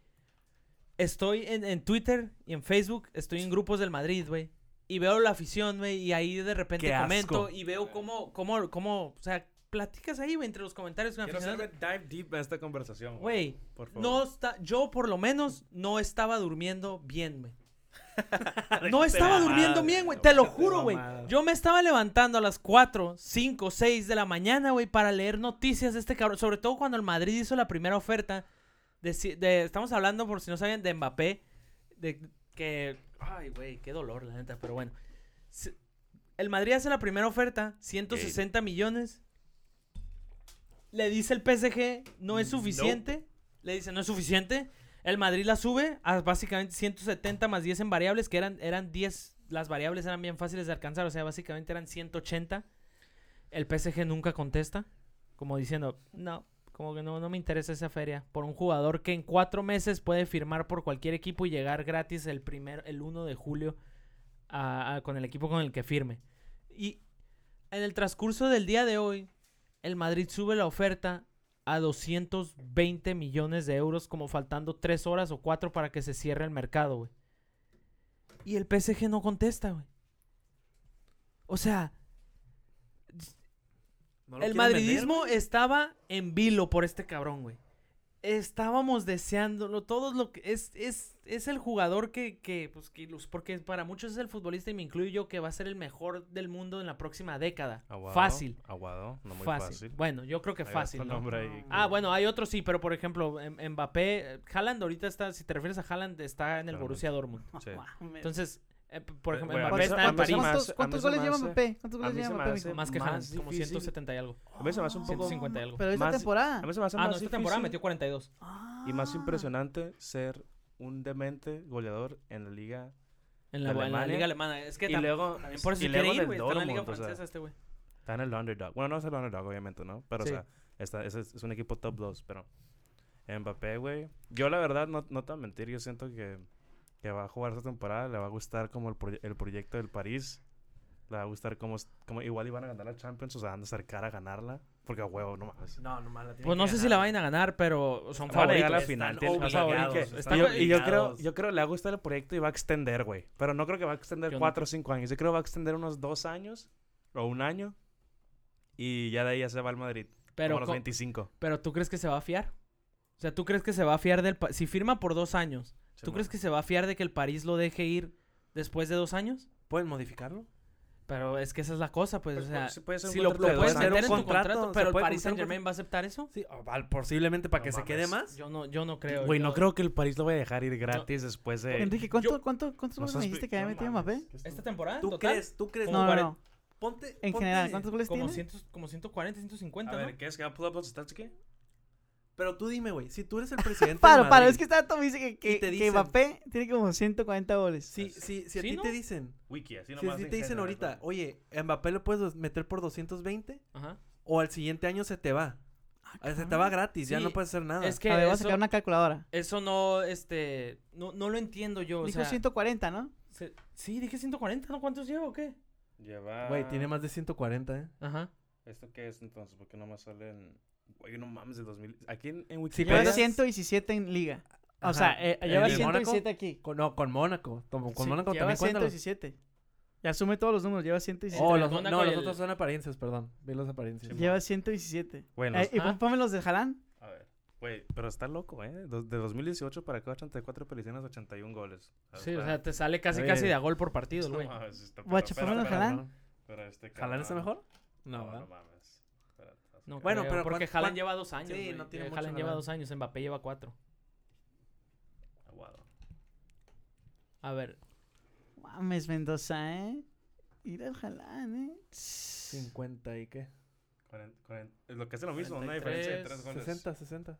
B: estoy en, en Twitter y en Facebook, estoy en grupos del Madrid, güey. Y veo la afición, güey, y ahí de repente
C: Qué
B: comento
C: asco.
B: y veo cómo, cómo, cómo, o sea, platicas ahí, güey, entre los comentarios con
D: Quiero
B: aficionados.
D: hacerme dive deep a esta conversación.
B: Güey,
D: Por favor.
B: no está, yo por lo menos no estaba durmiendo bien, güey. No estaba durmiendo bien, güey. Te lo juro, güey.
C: mamadas.
B: Yo me estaba levantando a las 4, 5, 6 de la mañana, güey, para leer noticias de este cabrón. Sobre todo cuando el Madrid hizo la primera oferta. De, si- de- estamos hablando, por si no saben, de Mbappé. De que. Ay, güey, qué dolor, la neta, pero bueno. Si- El Madrid hace la primera oferta, 160 millones. Le dice el PSG, no es
C: No.
B: suficiente. Le dice, no es suficiente. El Madrid la sube a básicamente 170 más 10 en variables, que eran, eran 10. Las variables eran bien fáciles de alcanzar, o sea, básicamente eran 180. El PSG nunca contesta, como diciendo, no, como que no, no me interesa esa feria. Por un jugador que en cuatro meses puede firmar por cualquier equipo y llegar gratis el, primer, el 1 de julio a- a- con el equipo con el que firme. Y en el transcurso del día de hoy, el Madrid sube la oferta a 220 millones de euros, como faltando 3 horas o 4 para que se cierre el mercado, güey. Y el PSG no contesta, güey. O sea,
C: No lo
B: el
C: quieren
B: madridismo estaba en vilo por este cabrón, güey. Estábamos deseándolo, todo lo que es, es, es el jugador que, que, pues, que ilus- porque para muchos es el futbolista y me incluyo yo que va a ser el mejor del mundo en la próxima década.
D: Aguado,
B: fácil,
D: Aguado, Ah, no muy
B: fácil.
D: fácil.
B: Bueno, yo creo que
D: Hay
B: fácil.
D: otro
B: ¿no?
D: nombre ahí
B: Ah,
D: que-
B: bueno, hay otros sí, pero por ejemplo, em- Mbappé, eh, Haaland ahorita está, si te refieres a Haaland, está en el
D: Claramente.
B: Borussia Dortmund.
D: Sí.
E: Mames.
B: Entonces, eh, p- por
D: Eh,
B: ejemplo,
D: güey, a
B: Mbappé
D: mí se-
B: está
D: a
B: en
D: mí se
B: París.
D: me hace-
E: ¿Cuántos,
D: a
E: cuántos
D: mí se
E: goles
D: me
E: lleva
D: hace-
E: Mbappé? ¿Cuántos goles
D: mí
E: lleva
D: se me
E: Mbappé,
D: hace
E: mijo?
B: Más que
D: más
B: Haaland, como
D: difícil.
B: 170 y algo.
D: A mí se me hace un poco...
B: 150 y algo.
E: Pero esta
D: Más-
E: temporada.
D: A mí se me hace
B: Ah, no,
D: más
B: esta temporada
D: difícil
B: metió 42.
D: Y más
E: Ah.
D: impresionante ser un demente goleador en la liga.
B: En
D: ¿De
B: la, en la
D: Alemania?
B: liga alemana. Es que
D: Y
B: tam-
D: luego,
B: también por eso
D: y
B: se
D: luego
B: quiere ir,
D: del
B: güey. Está en la liga
D: Dortmund, o sea,
B: francesa este güey.
D: está en el underdog. Bueno, no es el underdog, obviamente, ¿no? Pero,
B: Sí.
D: o sea, está, es, es un equipo top 2, pero... Mbappé, güey. Yo, la verdad, no, no te voy a mentir. Yo siento que, que va a jugar esta temporada. Le va a gustar como el, proye- el proyecto del París. Le va a gustar como, como... Igual iban a ganar la Champions. O sea, van a acercar a ganarla. Porque a huevo, no mames.
C: vender. No, nomás la tienen
B: Pues no
C: que
B: sé si
C: ganar.
B: la vayan a ganar, pero son
D: Van a llegar a
B: favoritos.
D: la
C: Están
D: final. tienen- o sea,
B: obligados,
D: que-
B: están
D: y yo- y yo creo,
C: obligados.
D: yo creo que le va a gustar el proyecto y va a extender, güey. Pero no creo que va a extender
B: Yo no
D: 4 o 5 años. Yo creo que va a extender unos 2 años o un año. Y ya de ahí ya se va al Madrid. Pero
B: Pero,
D: como a los
B: co-
D: 25.
B: pero ¿tú crees que se va a fiar? O sea, ¿tú crees que se va a fiar del... pa- Si firma por dos años, ¿tú
D: Simón.
B: crees que se va a fiar de que el París lo deje ir después de dos años?
C: ¿Pueden modificarlo?
B: Pero es que esa es la cosa, pues,
D: Pues,
B: o sea,
D: sí puede ser un
B: si lo, lo
D: contrato de
B: puedes
D: dos años.
B: meter en tu
C: Un contrato,
B: contrato,
C: se
B: pero el
C: puede
B: Paris
C: comprar
B: Saint
C: un
B: Germain va a aceptar eso?
C: Sí, o val- posiblemente para
D: No
C: que se
D: mames.
C: quede más.
B: Yo no, yo no creo.
D: Güey,
B: yo-
D: no creo que el París lo vaya a dejar ir gratis después de.
E: Enrique, ¿cuánto, cuánto, ¿cuántos
D: No
E: goles
D: seas pi-
E: me dijiste que había
D: no
E: metido
D: mames,
E: Mbappé?
D: que es
B: ¿Esta
D: tu-
B: temporada?
C: ¿Tú
B: total?
C: crees? ¿Tú crees?
B: Como
E: No, no,
B: cuare-
E: no.
C: Ponte.
E: En
C: ponte-
E: general, ¿cuántos goles
B: Como,
E: tiene?
B: 100 como 140, 150,
D: A
B: ¿no?
D: ver, ¿qué es? ¿Que va a pull up los stats aquí?
C: Pero tú dime, güey, si tú eres el presidente. de
E: Para, para,
C: Madrid,
E: es que está me dice que, que,
C: te
E: que
C: dicen-
E: Mbappé tiene como 140 goles.
C: Si, si, si a
B: ¿Sí,
C: ti
B: no?
C: te dicen.
D: Wiki, así
C: Si,
D: nomás.
C: si
D: en
C: te dicen
D: general,
C: ahorita,
D: güey.
C: oye, a Mbappé lo puedes meter por 220
B: Ajá.
C: o al siguiente año se te va.
E: Ah,
C: se te va gratis, ya
B: Sí,
C: no puedes hacer nada.
B: Es que
E: a ver, voy a
B: eso-
E: sacar una calculadora.
B: Eso no, este, no, no lo entiendo yo. o
E: Dijo
B: sea,
E: 140, ¿no?
B: se- sí, dije 140, ¿no? ¿Cuántos llevo o qué?
D: Lleva.
C: Güey, tiene más de 140, ¿eh?
B: Ajá.
D: ¿Esto qué es entonces? ¿Por qué nomás salen. Güey, no mames, de 2000. Aquí en, en
C: Si
D: Wikipedia.
E: Lleva
C: pegas-
E: 117 en liga. O
C: Ajá.
E: sea, eh,
C: ¿El
E: lleva
C: de
E: 117
C: Mónaco?
E: aquí.
C: Con- no, con Mónaco. Tom- Con
E: Sí,
C: Mónaco
E: lleva
C: también cuéntalo.
E: 117. Ya asume todos los números, lleva 117.
C: Oh,
B: el
C: los,
B: Mónaco
C: no,
B: y
C: los
B: el-
C: otros son apariencias, perdón. Vi las apariencias.
E: lleva 117.
D: Bueno,
E: Eh, y
B: Ah.
E: pon- ponme los de Jalán.
D: a ver. Güey, pero está loco, ¿eh? Dos- De 2018 para acá, 84 apariciones, 81 goles.
B: Sí, o sea, te sale casi,
D: Oye.
B: casi de a gol por partido, el
D: no
B: güey.
D: mames, está
E: Guacha,
D: pero-
E: ponlo en
D: pero-
E: Haaland.
D: pero- pero este
C: ¿Jalan está
D: cabrón-
C: mejor?
D: No,
C: No,
D: no
C: ¿verdad?
D: mames. Espérate, vas a
B: No
D: caer.
C: Bueno,
B: creo,
C: pero
B: porque
C: ¿cuán-
B: Haaland
C: cuán-
B: lleva dos años.
C: Sí,
B: güey.
C: no tiene
B: Eh,
C: mucho,
B: Haaland lleva
C: Haaland.
B: dos años, Mbappé lleva cuatro.
D: Aguado.
B: A ver,
E: Mames, Mendoza, ¿eh? Ir al Jalán, ¿eh?
C: 50 y qué.
D: Cuaren- cuaren- es Lo que hace lo mismo, una diferencia de
B: 43,
D: tres goles.
C: 60, 60.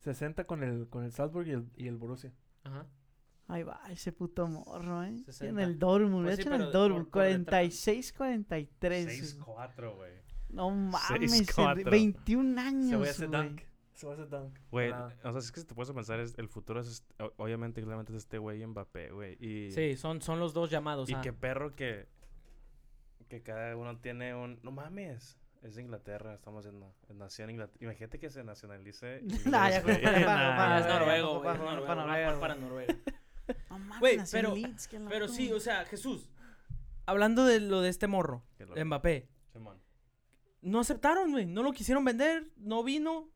C: 60 con el, con el Salzburg y el, y el Borussia.
B: ajá.
E: Ahí va, ese puto morro, ¿eh? Y En
B: 60.
E: el Dortmund,
B: Pues
E: de
B: sí,
E: hecho en el
B: pero por-
E: Dortmund.
B: por detrás.
E: 46-43. güey.
D: 6-4, güey.
E: No mames,
D: Seis,
E: el-
D: cuatro.
E: 21 años,
C: Se voy a hacer
E: güey.
C: dunk. Se voy a hacer dunk.
D: Güey,
C: Ah.
D: o sea, si es que si te puedes pensar, es, el futuro es, este- o- obviamente, claramente es este güey y Mbappé, güey. Y,
B: Sí, son, son los dos llamados.
D: y
B: ah.
D: qué perro que, que cada uno tiene un... ¡No mames! Es de Inglaterra, estamos en, en nación Inglaterra. Imagínate que se nacionalice este,
E: Nah, ya
D: inglés,
E: fue
D: güey.
E: para-
D: Nah,
E: para-
B: Ah, es
D: güey.
E: para-
B: noruego,
E: Ojo,
B: güey, es
E: ojo,
B: noruego,
E: para
B: va
E: Noruega,
B: para Noruega.
E: No mames,
B: Güey,
E: nació en
B: pero-
E: Leeds, qué
B: Pero
E: loco.
B: sí, o sea, Jesús, hablando de lo de este morro,
D: Qué loco.
B: de Mbappé,
D: Simón.
B: no aceptaron, güey, no lo quisieron vender, no vino.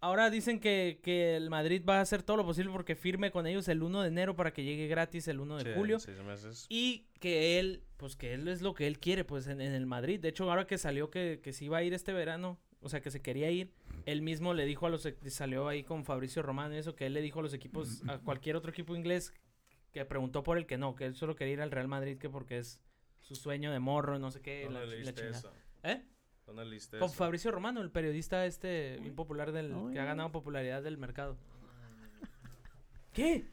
B: Ahora dicen que, que el Madrid va a hacer todo lo posible porque firme con ellos el 1 de enero para que llegue gratis el 1 de
D: Sí,
B: julio.
D: Seis meses.
B: Y que él, pues que él es lo que él quiere, pues en, en el Madrid. De hecho, ahora que salió que, que se iba a ir este verano, o sea, que se quería ir, él mismo le dijo a los, e- salió ahí con Fabricio Román y eso, que él le dijo a los equipos, a cualquier otro equipo inglés que preguntó por el que no, que él solo quería ir al Real Madrid, que porque es su sueño de morro, y no sé qué, la,
D: ¿Dónde
B: chi- la
D: leíste
B: chingada.
D: eso?
B: ¿Eh?
D: ¿Dónde leíste
B: Con
D: eso?
B: Fabricio Romano, el periodista este bien popular del, que ha
E: Uy.
B: ganado popularidad del mercado. ¿Qué?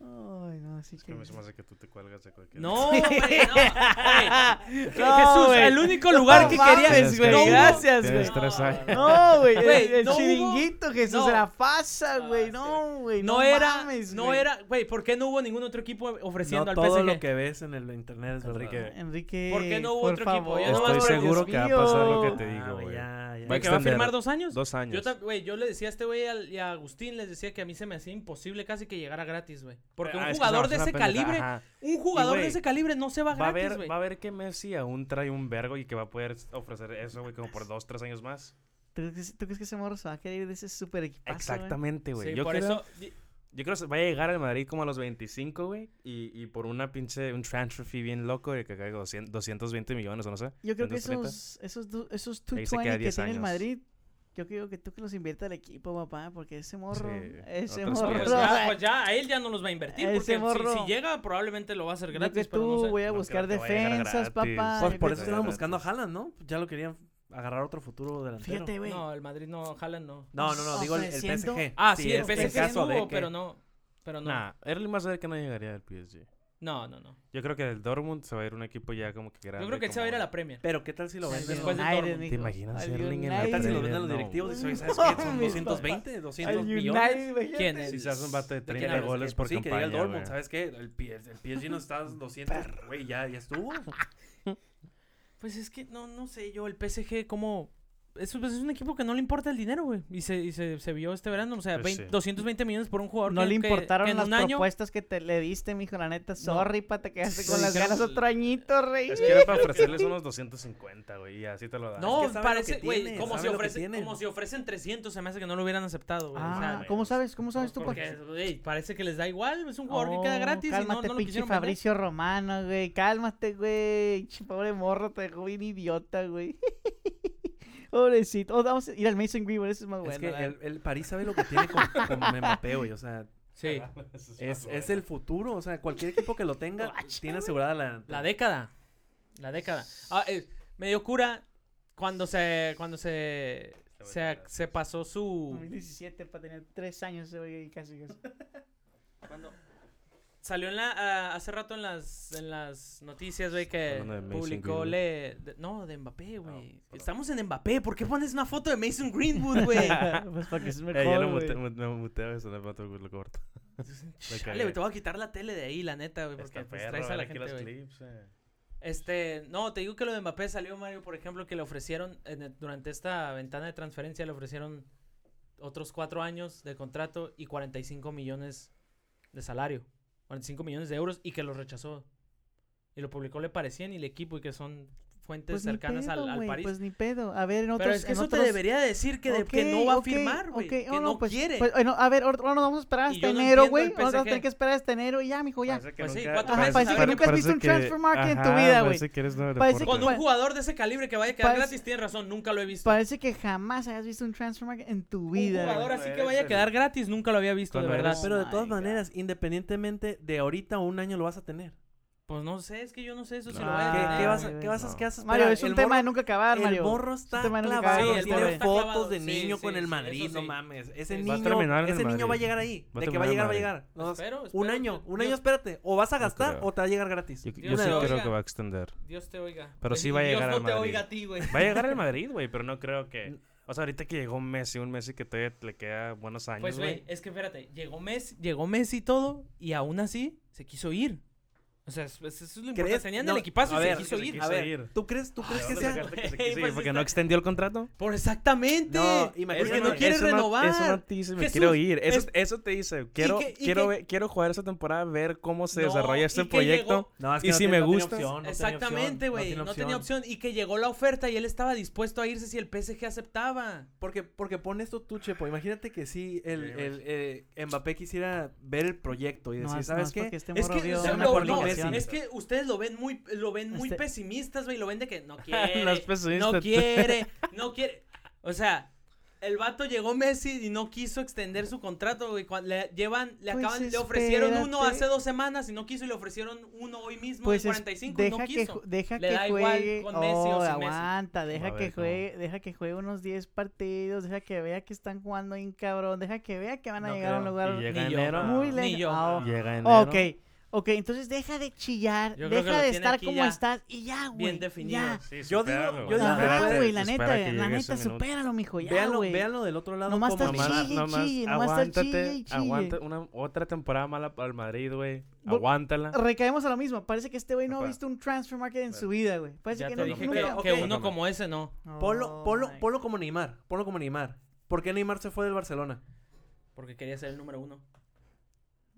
E: Ay, no, sí
D: Es
E: que.
D: que me se me hace que tú te cuelgas de cualquier...
B: No, güey, no. güey. Je-
E: No,
B: Jesús,
E: güey.
B: el único
E: No
B: lugar que
E: mames,
B: quería.
E: güey,
B: No hubo-
E: gracias,
D: Tienes
E: güey.
D: tres años.
E: No, güey, el-
B: Güey,
E: el
B: no hubo-
E: chiringuito, Jesús,
B: no.
E: se la pasa,
B: Ah,
E: güey.
B: sí,
E: No, güey,
B: No, era,
E: mames,
B: no
E: güey.
B: era, güey, ¿por qué no hubo ningún otro equipo ofreciendo
C: No
B: al
C: todo
B: PSG?
C: lo que ves en el internet es verdad.
D: Enrique,
E: Enrique,
B: ¿Por qué no hubo
E: por
B: otro equipo?
E: favor,
B: Yo nomás
D: Estoy
B: por el-
D: seguro
E: Dios
D: que va a pasar lo que
E: mío.
D: te digo,
C: güey,
D: güey.
C: ya, ya.
D: Va
B: Güey, que va a
D: extender
B: firmar dos años.
D: Dos años.
B: Yo, ta- güey, yo le decía a este güey al- y a Agustín, les decía que a mí se me hacía imposible casi que llegara gratis, güey. Porque
D: Ah,
B: un
D: es que
B: jugador
D: se
B: de
D: me hace
B: ese
D: una pendeja-
B: calibre,
D: ajá.
B: un jugador de
D: güey,
B: ese calibre no se va
D: Va a,
B: gratis, güey.
D: ver, va a ver que Messi aún trae un vergo y que va a poder ofrecer eso, güey, como por dos, tres años más.
E: ¿Tú crees, tú crees que ese morro se va a querer ir de ese super equipazo, güey?
D: Exactamente, güey.
B: Sí,
D: yo,
B: por
D: creo-
B: eso di-
D: yo creo que va a llegar al Madrid como a los 25, güey. Y, y por una pinche, un transfer fee bien loco de que caiga 200 220 millones o no sé.
E: Yo creo que
D: 230.
E: esos, esos, du- esos
D: Ahí se queda
E: 220 que
D: 10
E: tiene el
D: años.
E: Madrid, yo creo que tú que los invierta al equipo, papá, porque ese morro,
D: Sí,
E: ese
D: otras
E: morro,
B: pues
D: Pues
B: ya,
E: güey,
B: pues ya, a él ya no los va a invertir.
E: Ese
B: Porque si- si,
E: morro.
B: llega, probablemente lo va a hacer
E: yo
B: gratis.
E: que
B: pero no
E: tú
B: sé.
E: voy a
D: No creo
E: buscar
D: que vaya a llegar
E: defensas,
D: gratis.
E: papá.
D: Pues
E: yo
C: por eso
E: creo que-
D: estaban
C: estaban
D: buscando
C: buscando a Haaland, ¿no? Ya lo querían agarrar otro futuro delantero.
E: Fíjate, güey.
B: No, el Madrid no, Haaland no.
C: No, no, no,
E: O
C: digo el, el
E: ofreciendo-
C: PSG.
B: Ah, sí,
C: Si
B: el
C: es en
B: PSG
C: caso de
B: estuvo,
C: que-
B: pero no. Pero no.
D: Nah, Erling más ver que no llegaría al PSG.
B: No, no, no.
D: Yo creo que del Dortmund se va a ir un equipo ya como que grande.
B: Yo creo que él se va a ir a la Premier.
C: Pero qué tal si lo
E: Al
C: venden.
B: Después del
E: United,
B: Dortmund.
E: mijo,
D: ¿Te imaginas
E: al
D: Erling en la
E: United.
C: ¿Qué tal si lo venden
D: No.
C: los directivos? Y soy, ¿sabes
E: No,
C: qué? Son
E: mis
C: 220,
E: Al
C: 200 millones. Pues
E: United, imagínate.
B: ¿Quién es?
D: Si se hace un vato de
B: quién
D: 30
B: hablas?
D: goles por
C: sí, que diga el
D: campaña,
C: Dortmund,
D: güey.
C: ¿sabes qué? El, P- el PSG nos está dando 200, güey, ya, ya estuvo.
B: Pues es que no, no sé yo, el PSG como... Es, un- pues es un equipo que no le importa el dinero, güey. Y se, y se, se vio este verano. O sea,
D: Pues
B: 20
D: sí.
B: 220 millones por un jugador
E: No
B: que,
E: le
B: que-
E: importaron
B: que en
E: las
B: un año...
E: propuestas que te le diste, mijo, la neta. Sorry, pa, te quedaste con
B: Sí,
E: las
B: creo-
E: ganas otro añito, rey.
D: Es que era para ofrecerles unos 250, güey, y así te lo dan.
B: No,
C: Es que saben lo
B: parece,
C: que
B: güey,
C: tienen,
B: como, si
C: saben lo que
B: ofrece-
C: tienen.
B: como si ofrecen 300, se me hace que no lo hubieran aceptado, güey. o sea,
E: Ah,
D: güey,
E: ¿cómo
D: pues,
E: sabes? ¿Cómo sabes tú? pa-
B: porque, güey, parece que les da igual, es un jugador que queda
E: Oh,
B: gratis y no,
E: cálmate,
B: no lo
E: pinche
B: quisieron vender.
E: Fabricio Romano, güey. Cálmate, güey. Che, Pobre morro, te dejó bien idiota, güey. Pobrecito. Oh, vamos a ir al Mason Greenwood, eso es más bueno.
C: es que
E: la-
C: el, el París sabe lo que tiene con, con Mbappé, güey, o sea,
B: Sí,
C: es, es el futuro, o sea, cualquier equipo que lo tenga tiene asegurada la...
B: la década. La década. Ah, eh, me dio cura Cuando se. Cuando se.
A: Este güey
B: Se,
A: está-
B: se pasó su.
E: 2017 para tener tres años ese güey ahí casi. casi.
A: ¿Cuándo?
B: Salió en la, ah, hace rato en las, en las noticias, güey, que
D: Hablando de Mason
B: publicó
D: Greenwood.
B: le. de- no, de Mbappé, güey.
A: perdón.
B: Estamos en Mbappé. ¿Por qué pones una foto de Mason Greenwood, güey?
E: pues para que es
D: Eh, ya lo
E: mejor, güey.
D: muteo, me muteo eso, no lo corto.
B: Chale, güey, te voy a quitar la tele de ahí, la neta, güey, porque
A: Está
B: pues,
A: perro,
B: traes a
A: ven
B: la
A: aquí
B: gente,
A: los
B: güey.
A: clips. eh.
B: Este, no, te digo que lo de Mbappé salió, Mario, por ejemplo, que le ofrecieron, en el- durante esta ventana de transferencia, le ofrecieron otros cuatro años de contrato y 45 millones de salario. 45 millones de euros y que lo rechazó. Y lo publicó Le Parecían y el equipo y que son fuentes
E: Pues, ni
B: cercanas al-
E: pedo,
B: al,
E: güey,
B: París.
E: Pues ni pedo. A ver, en otros.
B: Pero es que
E: en
B: eso
E: otros-
B: te debería decir que, de- que no va
E: Ok,
B: a firmar, güey.
E: ok,
B: que no,
E: pues-
B: quiere.
E: pues, bueno, a ver, ahora ahora nos vamos a esperar
B: Y
E: hasta
B: yo no
E: enero,
B: entiendo
E: güey.
B: el
E: Ahora Vamos a
B: PSG.
E: tener que esperar hasta enero y ya, mijo, ya.
A: Parece que
B: Pues sí,
A: nunca-
B: cuatro
E: Ajá,
B: meses,
E: parece que
B: ¿sabes?
E: nunca has visto un transfer market en tu
D: ajá,
E: vida, güey.
D: Parece que eres de
E: Parece que-
B: Con un
E: Bueno,
B: jugador de ese calibre que vaya a quedar
E: parece-
B: gratis, tienes razón, nunca lo he visto.
E: Parece que jamás hayas visto un transfer market en tu
B: un
E: vida.
B: jugador
E: güey.
B: así que
A: Eres
B: vaya a
A: el-
B: quedar gratis, nunca lo había visto, de
D: Cuando
B: verdad.
D: eres-
C: Pero de
E: my
C: todas
E: God.
C: maneras, independientemente de ahorita o un año lo vas a tener.
B: Pues no sé, es que yo no sé eso si
D: No.
B: lo vaya a
C: ¿Qué,
B: tener.
C: qué
E: Ah,
C: vas a,
E: güey,
C: qué vas a,
D: no.
C: qué vas a esperar?
E: Mario, es un
C: El
E: tema
C: morro-
E: de nunca acabar,
C: El
E: Mario.
C: morro está
E: tema de nunca
C: clavado.
E: acabar. Sí, el
C: tiene
E: morro está
C: fotos
B: clavado.
C: de
B: Sí,
C: niño
B: sí,
C: con el
B: sí,
C: Madrid,
B: eso
C: no
B: sí.
C: mames. Ese
B: Eso sí.
C: niño,
B: Va a
D: terminar en
C: ese
D: el
C: niño va a
D: Madrid.
C: llegar ahí.
D: Va a
C: de que va
D: terminar
C: a
D: en
C: llegar, va a
D: Madrid.
C: llegar. No,
B: Espero, espero,
C: un año,
B: yo-
C: un año
B: yo-
C: espérate. O vas a
D: No
C: gastar
D: creo.
C: o te va a llegar gratis.
D: Yo,
B: Dios
D: yo sí
B: te
D: creo
B: oiga.
D: que va a extender.
B: Dios te oiga.
D: Pero
B: Y-
D: sí va a
B: y
D: llegar
B: Dios
D: al
B: no te
D: Madrid.
B: oiga a ti, güey.
D: Va a llegar el Madrid, güey, pero no creo que... O sea, ahorita que llegó Messi, un Messi que todavía le queda buenos años,
B: Pues,
D: güey.
B: güey, es que espérate, llegó Messi, llegó Messi y todo, y aún así se quiso ir. O sea, es- es- eso es lo importante.
C: ¿Crees?
B: Tenían
C: No,
B: el equipazo
C: a
B: y
C: ver,
B: se quiso ir.
D: Quiso
C: A ver,
D: ir.
C: ¿tú crees, tú crees que
D: ¿Dónde
C: sea?
D: sacaste que se
B: Güey,
D: quiso ir?
B: pues
D: porque
B: está-
D: no extendió el contrato.
B: Por exactamente.
C: No,
B: Porque
C: imagínate.
B: no quiere
D: Pues eso
B: renovar.
D: eso no te dice, me
B: Jesús,
D: quiero ir. Eso,
B: es-
D: eso te dice, quiero,
B: que- y
D: quiero,
B: que-
D: ver- quiero jugar esa temporada, ver cómo se
B: No,
D: desarrolla
B: y
D: este
B: que
D: proyecto.
C: No, es
D: Y
C: no
D: si
C: tiene-
D: me
C: no tiene
D: gustas-
C: opción, no tiene
B: Exactamente,
C: opción,
B: güey. No, tenía opción. Y que llegó la oferta y él estaba dispuesto a irse si el PSG aceptaba.
C: Porque, porque pon esto tú, Chepo. Imagínate que si el,
A: Sí, güey.
C: el, eh, Mbappé quisiera ver el proyecto y
E: No,
C: decir,
E: es- no,
C: ¿sabes
E: es
C: qué?
E: porque este
B: Es
E: morro
B: que,
E: vio
B: o sea,
E: una
B: lo- no,
E: publicación.
B: es que ustedes lo ven muy, lo ven muy
E: Este-
B: pesimistas, güey. Lo ven de que no quiere.
D: Los pesimistas.
B: No quiere, no quiere. O sea, el vato llegó Messi y no quiso extender su contrato, güey. Cuan- Le llevan, le
E: Pues
B: acaban, le ofrecieron uno
E: espérate.
B: hace dos semanas y no quiso, y le ofrecieron uno hoy mismo
E: Pues
B: de
E: es-
B: 45 y
E: deja
B: no
E: que
B: quiso.
E: ju- deja
B: Le
E: que
B: da igual
E: juegue,
B: con Messi o
E: Oh,
B: sin Messi.
E: aguanta,
D: a
E: deja que
D: ver cómo.
E: juegue, deja que juegue unos 10 partidos, deja que vea que están jugando bien cabrón, deja que vea que van a
C: No
E: llegar a un
C: creo.
E: lugar
D: Y llega
B: Ni yo,
D: enero.
E: muy
B: Ni
E: lejos.
B: yo.
E: Ah,
D: Llega enero.
E: Ok, ok, entonces deja de chillar,
B: Yo creo que
E: deja
B: lo
E: de
B: tiene
E: estar
B: aquí
E: como
B: ya
E: estás y ya, güey.
B: bien definido.
E: Ya.
D: Sí,
C: Yo
D: supéralo,
C: digo-
D: güey.
C: yo digo-
E: Ajá,
D: Espérate,
E: ah, güey, la
D: espera
E: neta,
D: que
E: la
D: llegue ese
E: neta,
D: minuto.
E: supéralo, mijo, ya,
C: Véanlo,
E: güey.
C: véanlo del otro lado.
E: Nomás
C: como
E: estás
C: mamá.
E: chille, chille, nomás estar chille y chille.
D: aguanta una, otra temporada mala para el Madrid, güey.
E: Vol-
D: Aguántala.
E: Recaemos a lo mismo, parece que este güey no ha
D: Papá.
E: visto un transfer market en su vida, güey. Parece
B: Ya
E: que
B: te
E: no,
B: dije
E: nunca.
B: que,
C: Ok.
B: que uno como ese no.
E: Oh,
C: Polo, polo,
E: my
C: polo como Neymar. Polo como Neymar. ¿Por qué Neymar se fue del Barcelona?
B: Porque quería ser el número uno.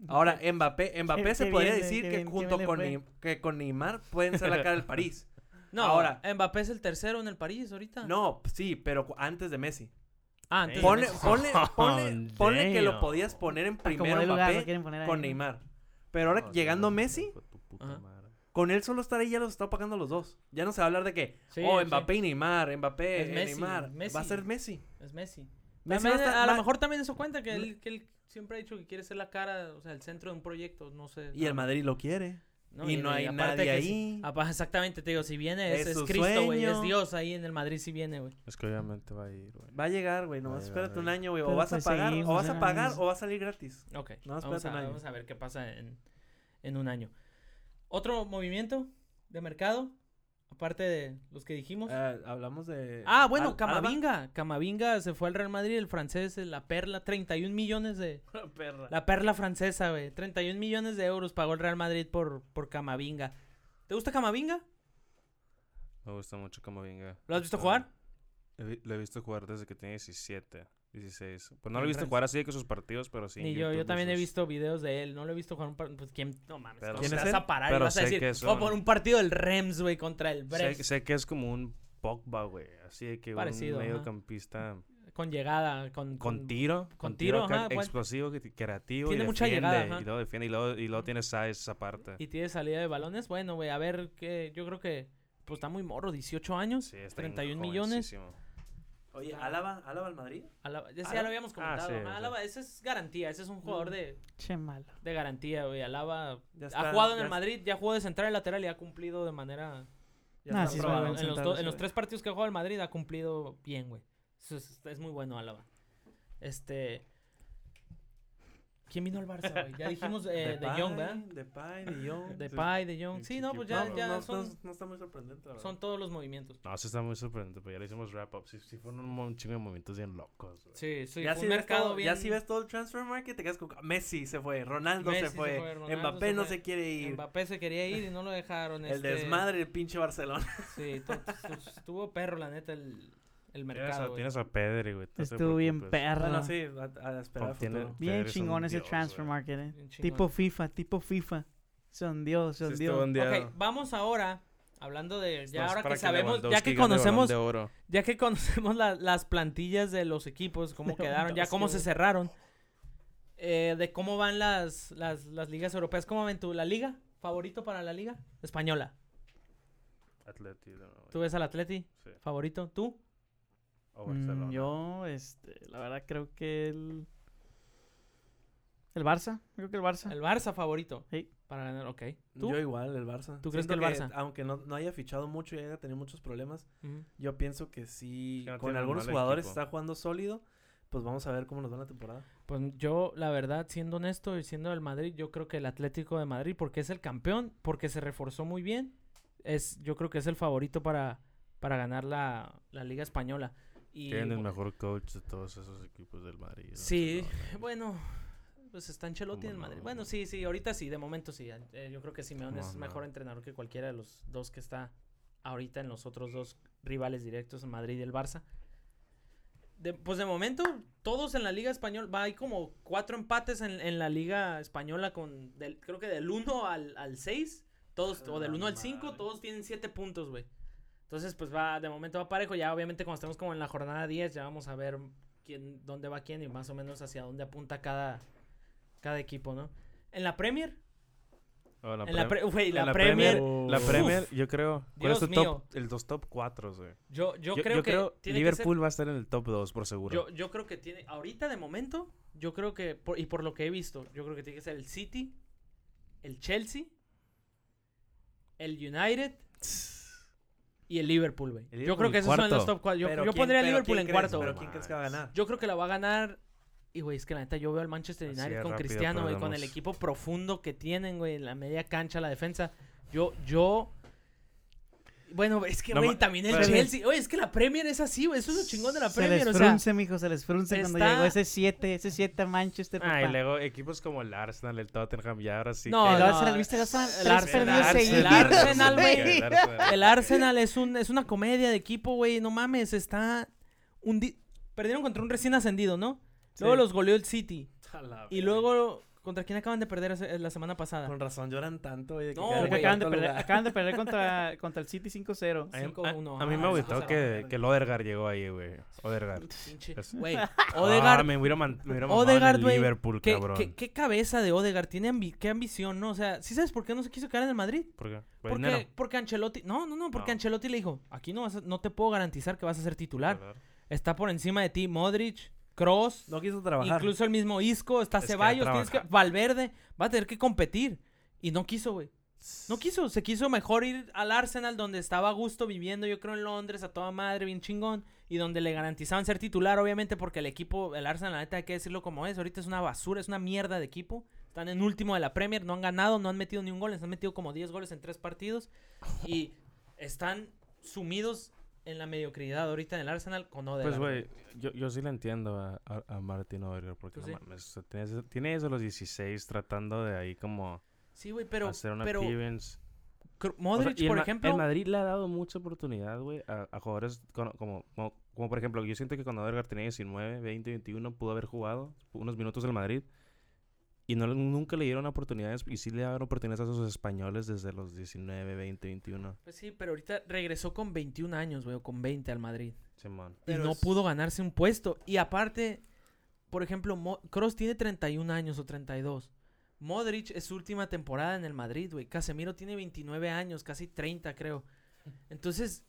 C: Ahora, Mbappé, Mbappé
E: Qué-
C: se
E: qué
C: podría
E: bien,
C: decir
E: qué
C: que
E: bien, qué
C: junto
E: bien le
C: con,
E: fue.
C: Neym- que con Neymar pueden ser la cara del París.
B: No, ahora.
C: Ahora.
B: Mbappé es el tercero en el París ahorita.
C: No, sí, pero cu- antes de Messi.
B: Ah, antes de
C: Ponle,
B: Messi.
C: ponle, ponle,
D: Oh,
C: ponle que lo
D: damn.
C: podías poner en
E: Ah, como
C: primero
E: de lugar, lo
C: Mbappé
E: quieren poner ahí,
C: con
E: ¿no?
C: Neymar. Pero
D: Oh,
C: ahora llegando Messi,
B: Ajá.
C: con él solo estar ahí ya los está opacando a los dos. Ya no se va a hablar de que,
B: Sí,
C: oh,
B: sí.
C: Mbappé y Neymar, Mbappé
B: Es
C: eh,
B: Messi,
C: Neymar.
B: Messi.
C: Va a ser Messi.
B: Es Messi.
C: Messi
B: También,
C: va a estar-
B: a lo
C: va-
B: mejor también eso cuenta que él, que él siempre ha dicho que quiere ser la cara, o sea, el centro de un proyecto, no sé. nada
C: Y el
B: más.
C: Madrid lo quiere.
B: No,
C: Y no hay
B: aparte
C: nadie
B: que si-
C: ahí.
B: apa- exactamente, te digo, si viene es,
C: Es
B: es
C: su
B: Cristo, güey, es
C: sueño.
B: Dios ahí en el Madrid si viene, güey.
D: Es que obviamente va a ir, güey.
C: Va a llegar, güey.
D: Va
C: Nomás
D: a llegar,
C: espérate un
D: güey.
C: año, güey. O
E: Pero
C: vas
E: pues
C: a pagar, o
E: seguimos
C: vas
E: en
C: a pagar,
E: años.
C: o va a salir gratis.
B: Ok,
C: No,
B: vamos,
C: espérate
B: a,
C: un año.
B: vamos a ver qué pasa en, en un año. Otro movimiento de mercado, aparte de los que dijimos.
C: Eh, hablamos de.
B: ah, bueno,
C: Al-
B: Camavinga. Camavinga se fue al Real Madrid, el francés, el- la perla, 31 millones de...
C: Alaba.
B: La perla francesa, güey. 31 millones de euros pagó el Real Madrid por, por Camavinga. ¿Te gusta Camavinga?
D: Me gusta mucho cómo venga. Ah,
B: ¿Lo has visto jugar?
D: He vi- Lo he visto jugar desde que tiene 17, 16. Pues no lo
B: En
D: he visto
B: Francia.
D: jugar así de que sus partidos, pero sí. Este, en
B: Ni yo,
D: YouTube
B: yo
D: de
B: también he
D: sus-
B: visto videos de él. No lo he visto jugar un partido. Pues quién, no mames.
D: Pero
B: ¿cómo
D: ¿Quién
B: te
D: es
B: vas
D: él?
B: a parar y
D: Pero
B: vas a
D: sé
B: decir,
D: que
B: "Oh,
D: son-
B: por un partido del Rems, güey, contra el
D: Sé,
B: Brest.
D: sé que es como un Pogba, güey. Así de que
B: Parecido,
D: un
B: ajá.
D: mediocampista
B: Con llegada, con.
D: con tiro.
B: con tiro,
D: acá,
B: ajá, buen-
D: explosivo, que- creativo.
B: Tiene
D: y
B: mucha
D: defiende,
B: llegada, ajá.
D: Y luego defiende y luego, y luego tiene size aparte.
B: Y tiene salida de balones. Bueno, güey, a ver que Yo creo que. Pues está muy morro, 18 años.
D: Sí, está bien
B: 31 millones.
D: jovencísimo.
C: Oye, ¿Alaba, Alaba al Madrid?
B: Alaba- ese ya
D: Alaba-
B: lo habíamos
D: Ah,
B: comentado.
D: sí,
B: ajá,
D: sí.
B: Alaba, ese es garantía. Ese es un jugador
E: Mm.
B: de,
E: Che malo.
B: de garantía, güey. Alaba
C: Ya
B: ha
C: está,
B: jugado en
C: ya
B: el Madrid, ya jugó de central y lateral y ha cumplido de manera
C: Ya
E: Nah,
C: está
E: sí es muy
C: probado.
E: buen
B: Ah, en, los
E: central
B: do-
E: ese
B: en los
E: güey.
B: tres partidos que ha jugado el Madrid ha cumplido bien, güey. Eso es, es muy bueno, Álava. Este. ¿Quién vino al Barça, güey? Ya dijimos eh, de,
C: Depay,
B: Young, ¿verdad?
C: Depay, De Jong.
B: De Pai, de Young. Sí, no, pues ya,
C: No,
B: ya
C: no,
B: son,
C: no- no está muy sorprendente, la verdad.
B: son todos los movimientos.
D: No, sí está muy sorprendente, pero ya le hicimos wrap up. Sí, sí fueron un, mo- un chingo de momentos bien locos, güey.
B: Sí, sí.
C: ya,
B: fue
C: si
B: un
C: ves
B: mercado
C: todo,
B: bien.
C: ya si ves todo el transfer market, te quedas con... Messi se fue, Ronaldo
B: Messi
C: se fue,
B: Ronaldo
C: Mbappé
B: se
C: no
B: fue.
C: se quiere ir.
B: Mbappé se quería ir y no lo dejaron.
C: El
B: este,
C: desmadre del pinche Barcelona.
B: Sí, tu- tu- tu- estuvo perro, la neta, el, el
D: Tienes a,
B: mercado. güey.
D: tienes a Pedri, güey. no te
E: Estuvo bien
D: preocupes.
E: perro.
C: Bueno, sí, a, a esperar el
D: Obtiene-
C: futuro.
E: Bien
D: Pedri es un
E: chingón ese
D: dios,
E: transfer
D: güey.
E: market, eh.
B: Bien chingón.
E: Tipo FIFA, tipo FIFA. Son Dios,
D: Sí
E: son
D: estuvo
E: Dios.
D: ondeado.
B: Ok, vamos ahora, hablando de. Ya
D: Nomás
B: ahora
D: Pues, para
B: que sabemos, ya
D: Lewandowski
B: que
D: gane balón
B: conocemos
D: de oro.
B: Ya que conocemos la- las plantillas de los equipos, cómo quedaron, ya cómo se cerraron, eh, de cómo van las, las, las ligas europeas, ¿cómo ven tú? ¿La liga? ¿Favorito para la liga? Española.
D: Atleti, no, güey.
B: ¿Tú ves al Atleti?
D: Sí.
B: ¿Favorito? ¿Tú?
D: O
E: Mm,
D: Barcelona.
E: yo, este, la verdad creo que el. El Barça, creo que el Barça.
B: ¿El Barça favorito?
E: Sí.
B: Para ganar, ok. ¿Tú?
C: Yo igual, el Barça.
B: ¿Tú crees
C: Siento
B: que el Barça?
C: Aunque no, no haya fichado mucho y haya tenido muchos problemas,
B: Ujú.
C: yo pienso que sí,
D: Que no
C: con
D: tiene un
C: algunos
D: mal
C: jugadores
D: equipo.
C: está jugando sólido, pues vamos a ver cómo nos va la temporada.
B: Pues yo, la verdad, siendo honesto y siendo del Madrid, yo creo que el Atlético de Madrid, porque es el campeón, porque se reforzó muy bien, es, yo creo que es el favorito para, para ganar la, la Liga Española. Y,
D: Tienen el
B: bu-
D: mejor coach de todos esos equipos del Madrid. el
B: Sí,
D: Barcelona.
B: bueno, pues está Ancelotti en el
D: ¿Cómo
B: Madrid.
D: no?
B: Bueno, sí, sí, ahorita sí, de momento sí. Eh, yo creo que Simeone
D: ¿Cómo
B: es
D: no?
B: mejor entrenador que cualquiera de los dos que está ahorita en los otros dos rivales directos, en Madrid y el Barça. De- pues de momento, todos en la Liga Española, va, hay como cuatro empates en, en la Liga Española con, del- creo que del 1 al, al 6, todos, o del
C: Ah,
B: 1 al 5,
C: madre.
B: todos tienen 7 puntos, güey. Entonces, pues va, de momento va parejo, ya obviamente cuando estemos como en la jornada 10, ya vamos a ver quién, dónde va quién y más o menos hacia dónde apunta cada, cada equipo, ¿no? En la Premier,
D: O la
B: en la,
D: Prem-
B: pre- güey,
D: en
B: la
D: la
B: Premier,
D: Premier- La
B: Uf.
D: Premier, yo creo. ¿Cuál es
B: Dios
D: tu top?
B: mío.
D: El dos top 4, güey.
B: yo, yo, creo que tiene que ser-
D: Liverpool va a estar en el top 2, por seguro.
B: Yo, yo creo que tiene, ahorita de momento, yo creo que, por- y por lo que he visto, yo creo que tiene que ser el City, el Chelsea, el United y el Liverpool, güey.
D: El
B: Yo creo
D: Liverpool
B: que esos son
D: cuarto.
B: los top cuatro. Yo,
C: Pero
B: yo
C: ¿quién-
B: pondría a
C: pero
B: Liverpool en
C: quién crees-
B: cuarto,
C: Pero
B: güey.
C: ¿quién crees que va a ganar?
B: Yo creo que la va a ganar. Y, güey, es que la neta, yo veo al Manchester
D: Así
B: United
D: de
B: con
D: rápido
B: Cristiano, güey, con el
D: perdemos.
B: equipo profundo que tienen, güey, en la media cancha, la defensa. Yo, yo. Bueno, es que,
D: No
B: güey,
D: ma-
B: también el
D: pero-
B: Chelsea. Güey, es que la Premier es así, güey. Eso es lo chingón de la
E: se les
B: Premier, o sea.
E: frunce, mijo, se les frunce cuando
B: está-
E: llegó ese 7, ese 7 a Manchester.
D: Ah, y
E: papá.
D: luego equipos como el Arsenal, el Tottenham, ya ahora sí.
B: No,
D: que-
E: El
B: no,
E: Arsenal, ¿viste? El Arsenal,
B: el
E: tres
B: Arsenal,
E: perdidos
B: el
E: seguidos,
B: Arsenal,
E: güey.
D: güey, el Arsenal.
B: El Arsenal es, un, es una comedia de equipo, güey. No mames, está hundi- Perdieron contra un recién ascendido, ¿no? Luego
C: Sí.
B: los goleó el City.
C: A la
B: Y
C: verga.
B: luego, ¿contra quién acaban de perder hace- la semana pasada?
C: Con razón lloran tanto, güey, de que
B: No,
C: quedaron en
E: Creo
B: güey,
E: que acaban de
C: cuarto
E: perder,
C: lugar.
E: acaban de perder contra, contra el City 5-0.
D: A mí- a-
B: 5-1,
D: A, mí me
B: ah,
D: agüitó
B: esa
D: que,
C: verga.
D: que el Odegaard llegó ahí, güey. Odegaard.
B: Pinche-
D: Es-
B: Güey,
D: Ah,
B: Odegaard,
D: me hubiera, man, me hubiera mamado en
B: Odegaard,
D: el
B: güey.
D: Liverpool,
B: ¿qué,
D: Ah, cabrón.
B: qué, qué cabeza de Odegaard? ¿Tiene ambi- qué ambición, no? O sea, ¿sí sabes por qué no se quiso quedar en el Madrid?
D: ¿Por qué? Por Pues dinero.
B: Porque, porque Ancelotti... No, no, no, porque
D: No.
B: Ancelotti le dijo, aquí no, vas a- no te puedo garantizar que vas a ser titular. Está por encima de ti Modric, Cross,
C: No quiso trabajar.
B: incluso el mismo Isco, está
D: Es que
B: Ceballos,
D: va a
B: tienes que,
D: trabajar.
B: Valverde, va a tener que competir. Y no quiso, güey. No quiso, se quiso mejor ir al Arsenal donde estaba a gusto viviendo, yo creo en Londres, a toda madre, bien chingón, y donde le garantizaban ser titular, obviamente, porque el equipo, el Arsenal, la neta hay que decirlo como es, ahorita es una basura, es una mierda de equipo. Están en último de la Premier, no han ganado, no han metido ni un gol, les han metido como 10 goles en tres partidos y están sumidos en la mediocridad ahorita en el Arsenal con Odegaard.
D: Pues, güey, yo, yo sí le entiendo a, a, a Martin Odegaard porque
B: Pues
D: no
B: sí.
D: mames, o sea, tiene, eso- tiene eso a los 16 tratando de ahí como
B: Sí, güey, pero,
D: hacer una
B: pero
D: appearance.
B: Cr-
D: O sea,
B: Modric,
D: y el
B: por
D: Ma-
B: ejemplo,
D: El Madrid le ha dado mucha oportunidad, güey, a, a jugadores cono- como, como, como, por ejemplo, yo siento que cuando Odegaard tenía 19, 20, 21, pudo haber jugado unos minutos del Madrid y no, le- nunca le dieron oportunidades y sí le dieron oportunidades a esos españoles desde los 19, 20, 21.
B: pues sí, pero ahorita regresó con 21 años, güey, o con 20 al Madrid.
D: Simón.
B: y
C: Pero
B: no
C: es-
B: pudo ganarse un puesto. Y aparte, por ejemplo, Cross tiene 31 años o 32. Modric es su última temporada en el Madrid, güey. Casemiro tiene 29 años, casi 30, creo. Entonces,